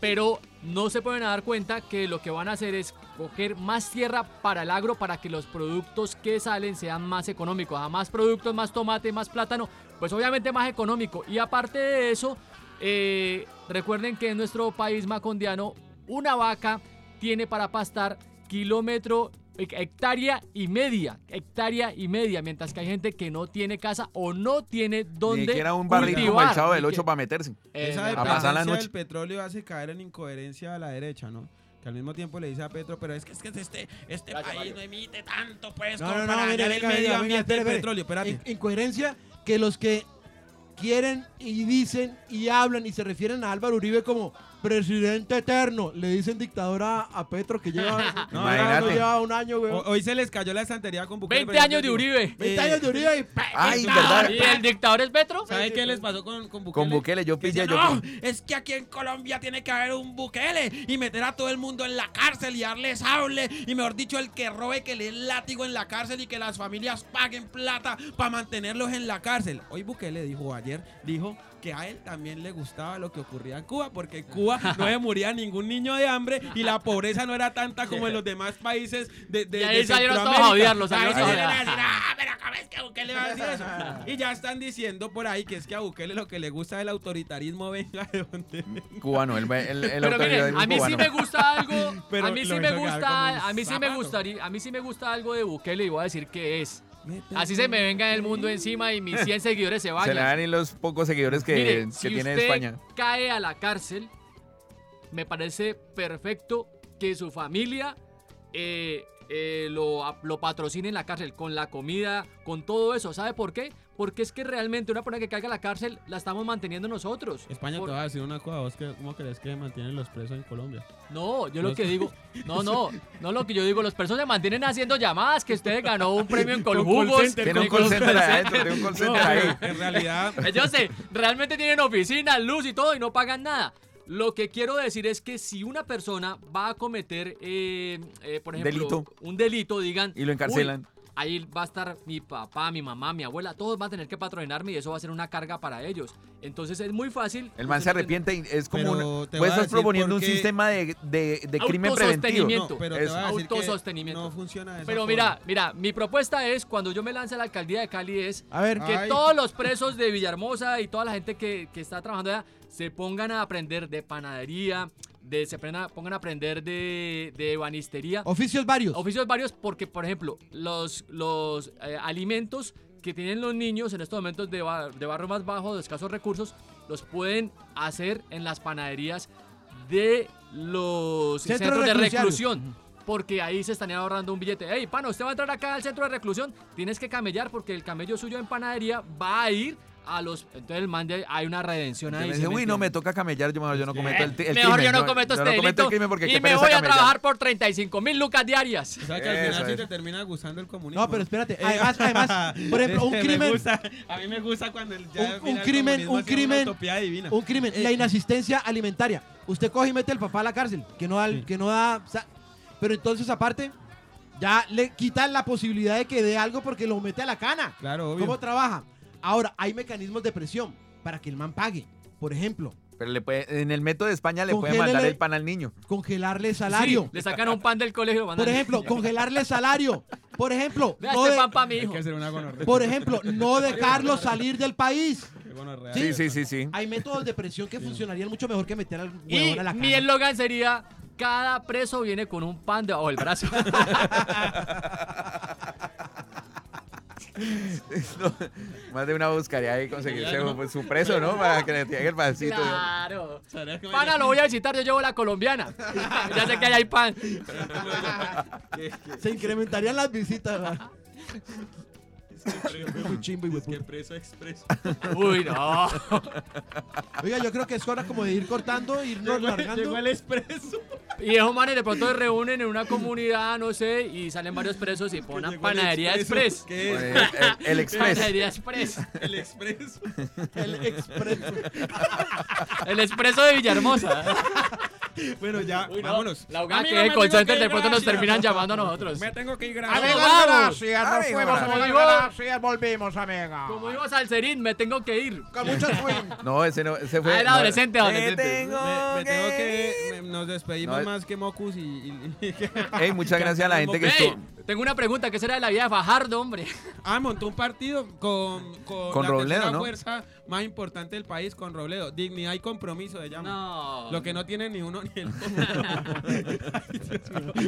Speaker 5: pero no se pueden dar cuenta que lo que van a hacer es coger más tierra para el agro para que los productos que salen sean más económicos, a más productos, más tomate, más plátano, pues obviamente más económico. Y aparte de eso, eh, recuerden que en nuestro país macondiano una vaca tiene para pastar kilómetro, hec- hectárea y media, hectárea y media, mientras que hay gente que no tiene casa o no tiene
Speaker 2: Ni
Speaker 5: donde
Speaker 2: siquiera un barril como el
Speaker 5: cultivar.
Speaker 2: chavo del
Speaker 5: Ni
Speaker 2: 8
Speaker 5: que-
Speaker 2: para meterse.
Speaker 5: Eh,
Speaker 4: Esa
Speaker 5: verdad.
Speaker 2: A pasar la
Speaker 4: dependencia
Speaker 2: noche.
Speaker 4: del petróleo hace caer en incoherencia a la derecha, ¿no? Que al mismo tiempo le dice a Petro, pero es que, es que este, este
Speaker 5: Gracias,
Speaker 4: país
Speaker 5: Mario.
Speaker 4: no emite tanto, pues,
Speaker 3: No,
Speaker 4: como
Speaker 3: no, no,
Speaker 4: para
Speaker 3: venga,
Speaker 4: dañar
Speaker 3: venga,
Speaker 4: el medio
Speaker 3: venga,
Speaker 4: ambiente
Speaker 3: venga,
Speaker 4: del
Speaker 3: espere,
Speaker 4: petróleo. Espérate.
Speaker 3: In- incoherencia que los que quieren y dicen y hablan y se refieren a Álvaro Uribe como presidente eterno, le dicen dictador a, a Petro que lleva,
Speaker 4: No,
Speaker 3: lleva-
Speaker 2: imagínate.
Speaker 3: lleva un año, güey.
Speaker 4: O- eh, hoy se les cayó la estantería con Bukele.
Speaker 5: 20
Speaker 4: pero
Speaker 5: años de
Speaker 4: yo digo,
Speaker 5: Uribe. Ah,
Speaker 3: 20 años de Uribe y pa-
Speaker 5: eh,
Speaker 2: Ay,
Speaker 4: no,
Speaker 2: verdad.
Speaker 5: ¿Y el dictador es Petro?
Speaker 4: ¿Sabe qué les pasó con, con Bukele?
Speaker 2: Con Bukele, yo
Speaker 4: Que
Speaker 2: pillé,
Speaker 4: decían,
Speaker 2: yo
Speaker 4: no,
Speaker 2: pillé".
Speaker 4: es que aquí en Colombia tiene que haber un Bukele y meter a todo el mundo en la cárcel y darle sable y mejor dicho el que robe que le den látigo en la cárcel y que las familias paguen plata para mantenerlos en la cárcel. Hoy Bukele dijo ayer, dijo que a él también le gustaba lo que ocurría en Cuba porque en Cuba no se moría ningún niño de hambre y la pobreza no era tanta como en los demás países de, de,
Speaker 5: Y ahí
Speaker 4: de
Speaker 5: salieron todos a
Speaker 4: Centroamérica.
Speaker 5: odiarlo, salieron
Speaker 4: Ahí
Speaker 5: todos a
Speaker 4: salieron a
Speaker 5: odiar.
Speaker 4: decir, "Ah, pero ¿cómo es que a Bukele va a decir
Speaker 5: *laughs*
Speaker 4: eso?". Y ya están diciendo por ahí que es que a Bukele lo que le gusta del autoritarismo venga de donde.
Speaker 2: Cubano, el, el, el
Speaker 5: Pero mire,
Speaker 2: autoritarismo
Speaker 5: a mí sí
Speaker 2: cubano.
Speaker 5: me gusta algo,
Speaker 2: *laughs*
Speaker 4: Pero
Speaker 5: a mí sí
Speaker 4: lo
Speaker 5: me
Speaker 4: hizo quedar
Speaker 5: gusta,
Speaker 4: como
Speaker 5: a mí sí me
Speaker 4: zapato.
Speaker 5: gustaría, a mí sí me gusta algo de Bukele y voy a decir que es. Así se me venga el mundo encima y mis
Speaker 2: *laughs*
Speaker 5: 100 seguidores se
Speaker 2: Se
Speaker 5: vayan.
Speaker 2: le dan y los pocos seguidores que,
Speaker 5: Mire,
Speaker 2: que
Speaker 5: si
Speaker 2: tiene
Speaker 5: usted
Speaker 2: España.
Speaker 5: cae a la cárcel, me parece perfecto que su familia eh, eh, lo, a- lo patrocine en la cárcel, con la comida, con todo eso. ¿Sabe por qué? Porque es que realmente una persona que caiga a la cárcel la estamos manteniendo nosotros.
Speaker 4: España
Speaker 5: Por-
Speaker 4: te va a decir una cosa, ¿vos qué- ¿cómo crees que mantienen los presos en Colombia?
Speaker 5: No, yo lo
Speaker 4: Los-
Speaker 5: que digo,
Speaker 4: *laughs*
Speaker 5: no, no, no lo que yo digo, los presos se mantienen haciendo llamadas, que usted ganó un
Speaker 4: *laughs*
Speaker 5: premio en Coljugos.
Speaker 2: Tiene un call center adentro, tiene un call center ahí.
Speaker 4: en
Speaker 5: *laughs*
Speaker 4: realidad,
Speaker 5: Ellos se- realmente tienen oficina, luz y todo y no pagan nada. Lo que quiero decir es que si una persona va a cometer, eh, eh, por ejemplo,
Speaker 2: Delito.
Speaker 5: un delito, digan...
Speaker 2: Y lo encarcelan.
Speaker 5: "Uy, ahí va a estar mi papá, mi mamá, mi abuela, todos van a tener que patrocinarme y eso va a ser una carga para ellos. Entonces es muy fácil...
Speaker 2: El man se
Speaker 5: usted no tiene-
Speaker 2: arrepiente y es como
Speaker 4: Pero
Speaker 2: una- Pues
Speaker 4: te voy a
Speaker 2: estás
Speaker 4: decir
Speaker 2: proponiendo
Speaker 4: por
Speaker 2: un
Speaker 4: qué-
Speaker 2: sistema de, de, de crimen preventivo.
Speaker 5: Autosostenimiento.
Speaker 4: no, pero te
Speaker 2: Eso.
Speaker 4: voy a decir que
Speaker 5: Autosostenimiento.
Speaker 4: no funciona de esa
Speaker 5: Pero
Speaker 4: forma.
Speaker 5: mira, mira, mi propuesta es, cuando yo me lance a la alcaldía de Cali, es
Speaker 3: A ver,
Speaker 5: que
Speaker 4: Ay.
Speaker 5: todos los presos de Villahermosa y toda la gente que, que está trabajando allá se pongan a aprender de panadería, de, se prenda- pongan a aprender de, de ebanistería,
Speaker 3: oficios varios.
Speaker 5: oficios varios, porque, por ejemplo, los, los eh, alimentos que tienen los niños en estos momentos de, ba- de barrio más bajo, de escasos recursos, los pueden hacer en las panaderías de los
Speaker 3: Centros
Speaker 5: centros de
Speaker 3: reclusionarios.
Speaker 5: reclusión. Porque ahí se estarían ahorrando un billete. Hey, pana, usted va a entrar acá al centro de reclusión. Tienes que camellar porque el camello suyo en panadería va a ir a los. Entonces, el man de- hay una redención ahí.
Speaker 2: Entonces me
Speaker 5: ¿sí
Speaker 2: dice, uy, no, me
Speaker 5: entiende?
Speaker 2: toca camellar, yo mejor yo no cometo el, ti- el
Speaker 5: Mejor
Speaker 2: crimen.
Speaker 5: yo no cometo este
Speaker 2: no
Speaker 5: delito.
Speaker 2: el crimen porque
Speaker 5: y
Speaker 2: qué
Speaker 5: me
Speaker 2: pereza
Speaker 5: voy a
Speaker 2: camellar.
Speaker 5: trabajar por 35 mil lucas diarias.
Speaker 4: O sea que al
Speaker 2: Eso
Speaker 4: final sí
Speaker 2: es.
Speaker 4: te termina gustando el comunismo.
Speaker 3: No, pero espérate,
Speaker 4: Eh, *laughs* Este,
Speaker 3: además, además, por ejemplo, un
Speaker 4: me
Speaker 3: crimen,
Speaker 4: gusta- a mí me gusta cuando el, ya
Speaker 3: Un-
Speaker 4: al
Speaker 3: un
Speaker 4: final el
Speaker 3: crimen,
Speaker 4: comunismo
Speaker 3: un
Speaker 4: ha sido
Speaker 3: crimen,
Speaker 4: Una utopía divina.
Speaker 3: un crimen,
Speaker 4: eh,
Speaker 3: la inasistencia alimentaria. Usted coge y mete al papá a la cárcel, que no da,
Speaker 4: Sí.
Speaker 3: que no da, o sea, pero entonces aparte ya le quitan la posibilidad de que dé algo porque lo mete a la cana.
Speaker 4: Claro, obvio.
Speaker 3: ¿Cómo trabaja? Ahora, hay mecanismos de presión para que el man pague. Por ejemplo,
Speaker 2: Pero le puede, en el método de España le puede
Speaker 3: Congélele.
Speaker 2: mandar el pan al niño.
Speaker 3: congelarle el salario.
Speaker 5: Sí, le sacan un pan del colegio. y lo mandan-
Speaker 3: Por ejemplo, congelarle el salario.
Speaker 4: *laughs*
Speaker 3: Por ejemplo,
Speaker 5: Vea
Speaker 3: no
Speaker 5: este
Speaker 3: de-
Speaker 5: pan para mi
Speaker 4: Hay
Speaker 5: hijo.
Speaker 4: que hacer una gonorrea.
Speaker 3: por ejemplo, no dejarlo salir del país.
Speaker 4: Qué gonorrea. *laughs*
Speaker 2: Sí, sí, sí, sí.
Speaker 3: Hay métodos de presión que funcionarían mucho mejor que meter al
Speaker 5: Y
Speaker 3: huevón a la
Speaker 5: mi
Speaker 3: cárcel.
Speaker 5: eslogan sería: cada preso viene con un pan debajo del *laughs* brazo.
Speaker 2: *laughs* No, más de una buscaría ahí conseguirse pues, su preso, ¿no? Para que le traiga el pancito.
Speaker 5: claro. Pana, lo voy a visitar, yo llevo la colombiana. ya sé que allá hay pan.
Speaker 4: *laughs*
Speaker 3: Se incrementarían las visitas. ¿verdad? Muy *laughs* chimbo, hijueputa.
Speaker 4: Preso expreso.
Speaker 5: Uy, no.
Speaker 3: Oiga, yo creo que es hora como de ir cortando, irnos
Speaker 4: *laughs*
Speaker 3: largando.
Speaker 4: expreso.
Speaker 5: Y esos manes de pronto se reúnen en una comunidad, no sé, y salen varios presos y ponen panadería express.
Speaker 4: ¿Qué es?
Speaker 2: El, Eh, el- el express.
Speaker 5: Panadería express.
Speaker 2: Pues.
Speaker 4: *laughs* El expreso.
Speaker 3: El expreso.
Speaker 5: El expreso de Villahermosa.
Speaker 4: Bueno, ya,
Speaker 5: Uy, no.
Speaker 4: vámonos.
Speaker 5: La hogada
Speaker 8: A mí
Speaker 5: que
Speaker 8: no
Speaker 5: es
Speaker 8: me
Speaker 5: el call
Speaker 8: tengo
Speaker 5: center,
Speaker 8: que
Speaker 5: de pronto nos
Speaker 8: gracias.
Speaker 5: terminan llamando a nosotros.
Speaker 8: Me tengo que ir
Speaker 6: Amigos,
Speaker 8: grabando.
Speaker 5: vamos.
Speaker 6: gracias. Nos
Speaker 2: Amigos,
Speaker 6: fuimos, amigos,
Speaker 5: amigos.
Speaker 6: gracias. Volvimos, amiga.
Speaker 5: Como digo Salserín, me tengo que ir.
Speaker 6: Con mucho swing.
Speaker 2: No, ese no, ese fue.
Speaker 5: Ah,
Speaker 2: no,
Speaker 5: era
Speaker 2: eh,
Speaker 5: adolescente, adolescente.
Speaker 2: Me tengo
Speaker 4: Me, me tengo que.
Speaker 2: que-
Speaker 4: me- nos despedimos
Speaker 2: No,
Speaker 4: más que Mocus y. y- y-
Speaker 2: Ey, muchas gracias a la gente que
Speaker 5: Ey,
Speaker 2: estuvo.
Speaker 5: tengo una pregunta, ¿qué será de la vida de Fajardo, hombre?
Speaker 4: ah, montó un partido con. Con,
Speaker 2: Con
Speaker 4: la
Speaker 2: Robledo,
Speaker 4: tercera
Speaker 2: ¿no?
Speaker 4: fuerza más importante del país, con Robledo. Dignidad y compromiso de llama.
Speaker 5: No.
Speaker 4: Lo que no tiene ni uno ni el
Speaker 5: *laughs*
Speaker 4: otro. *laughs*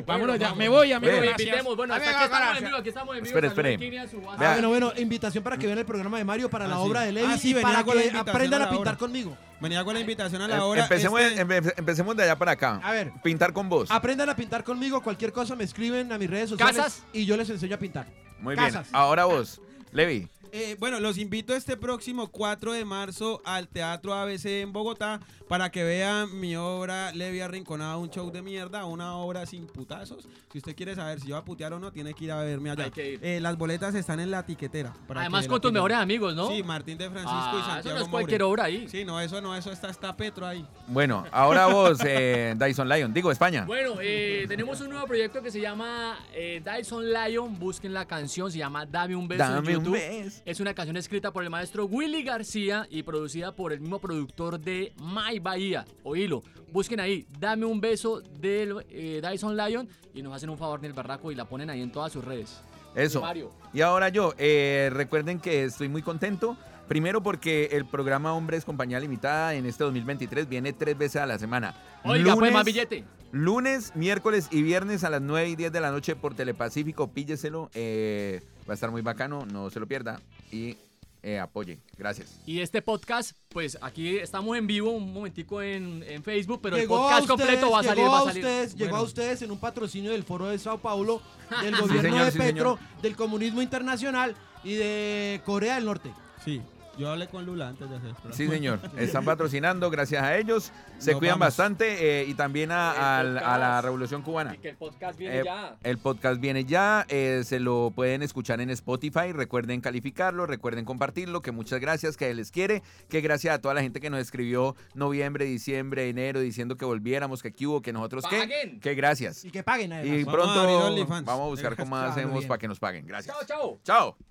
Speaker 8: Vámonos ya. Me voy, amigo.
Speaker 2: Ven.
Speaker 5: Bueno,
Speaker 8: Gracias.
Speaker 5: invitemos, bueno, hasta
Speaker 6: Amigo,
Speaker 5: aquí estamos
Speaker 6: gracias.
Speaker 5: en vivo, aquí estamos en vivo.
Speaker 2: Espere,
Speaker 5: saludos,
Speaker 2: espere.
Speaker 5: Kenia, su
Speaker 3: Ah,
Speaker 2: Vea.
Speaker 5: WhatsApp.
Speaker 3: bueno, bueno, invitación para que vean el programa de Mario para la
Speaker 4: Ah,
Speaker 3: obra
Speaker 4: sí.
Speaker 3: de Levi
Speaker 4: Ah, sí,
Speaker 3: y
Speaker 4: venía
Speaker 3: para
Speaker 4: con la
Speaker 3: que
Speaker 4: invitación
Speaker 3: aprendan
Speaker 4: a
Speaker 3: a
Speaker 4: la
Speaker 3: pintar
Speaker 4: obra.
Speaker 3: conmigo.
Speaker 4: Venía con la invitación a
Speaker 2: Em-
Speaker 4: la hora.
Speaker 2: empecemos,
Speaker 4: este-
Speaker 2: empe- empecemos de allá para acá.
Speaker 3: A ver.
Speaker 2: Pintar con vos.
Speaker 3: Aprendan a pintar conmigo, cualquier cosa me escriben a mis redes sociales
Speaker 5: ¿Casas?
Speaker 3: y yo les enseño a pintar.
Speaker 2: Muy
Speaker 3: casas.
Speaker 2: bien. Ah, Ahora vos, Levi.
Speaker 4: Eh, bueno, los invito este próximo 4 de marzo al Teatro ABC en Bogotá para que vean mi obra Levi Arrinconada, un show de mierda, una obra sin putazos. Si usted quiere saber si yo voy a putear o no, tiene que ir a verme allá.
Speaker 5: Hay que ir.
Speaker 4: Eh, las boletas están en la tiquetera. para
Speaker 5: Además
Speaker 4: que
Speaker 5: con
Speaker 4: la
Speaker 5: tus
Speaker 4: tengan.
Speaker 5: mejores amigos, ¿no?
Speaker 4: Sí, Martín de Francisco y
Speaker 5: Ah,
Speaker 4: Santiago
Speaker 5: eso no es
Speaker 4: Moure.
Speaker 5: cualquier obra ahí.
Speaker 4: Sí, no, eso no, eso está, está Petro ahí.
Speaker 2: Bueno, ahora vos,
Speaker 5: *laughs*
Speaker 2: eh, Dyson Lion. Digo, España.
Speaker 5: Bueno, eh, tenemos un nuevo proyecto que se llama eh, Dyson Lion. Busquen la canción, se llama Dame un beso. en
Speaker 2: Dame un
Speaker 5: YouTube.
Speaker 2: beso.
Speaker 5: Es una canción escrita por el maestro Willy García y producida por el mismo productor de My Bahía. Oílo, busquen ahí, dame un beso del eh, Dyson Lion y nos hacen un favor del barraco y la ponen ahí en todas sus redes.
Speaker 2: Eso.
Speaker 5: Mario.
Speaker 2: Y ahora yo, eh, recuerden que estoy muy contento. Primero porque el programa Hombres Compañía Limitada en este 2023 viene tres veces a la semana.
Speaker 5: Oiga, pues más billete.
Speaker 2: Lunes, miércoles y viernes a las 9 y 10 de la noche por Telepacífico. Pílleselo. eh, va a estar muy bacano. No se lo pierda. Y eh, apoye. Gracias.
Speaker 5: Y este podcast, pues aquí estamos en vivo un momentico en, en Facebook, pero
Speaker 3: llegó
Speaker 5: el
Speaker 3: a
Speaker 5: podcast
Speaker 3: ustedes,
Speaker 5: completo va a salir,
Speaker 3: llegó
Speaker 5: va a
Speaker 3: a
Speaker 5: salir.
Speaker 3: ustedes, llegó a
Speaker 4: Bueno.
Speaker 3: ustedes en un patrocinio del Foro de Sao
Speaker 5: *laughs*
Speaker 3: Paulo, del gobierno
Speaker 2: señor,
Speaker 3: de
Speaker 2: sí,
Speaker 3: Petro,
Speaker 2: señor.
Speaker 3: del comunismo internacional y de Corea del Norte.
Speaker 4: Sí, yo hablé con Lula antes de hacer el programa.
Speaker 2: Sí, señor. Están patrocinando. Gracias a ellos. Se
Speaker 4: Nos
Speaker 2: cuidan
Speaker 4: vamos.
Speaker 2: bastante. eh, y también a, al- a la Revolución Cubana.
Speaker 5: Y que el podcast viene
Speaker 2: Eh,
Speaker 5: ya.
Speaker 2: El podcast viene ya, eh, se lo pueden escuchar en Spotify, recuerden calificarlo, recuerden compartirlo, que muchas gracias, que les quiere, que gracias a toda la gente que nos escribió noviembre, diciembre, enero, diciendo que volviéramos, que aquí hubo, que nosotros qué,
Speaker 5: Paguen.
Speaker 2: que gracias.
Speaker 3: Y que paguen además.
Speaker 2: Y
Speaker 4: Vamos a
Speaker 2: pronto
Speaker 4: abrir OnlyFans.
Speaker 2: vamos a buscar cómo
Speaker 3: Claro,
Speaker 2: hacemos
Speaker 3: bien.
Speaker 2: para que nos paguen. Gracias.
Speaker 5: Chao, chao.
Speaker 2: Chao.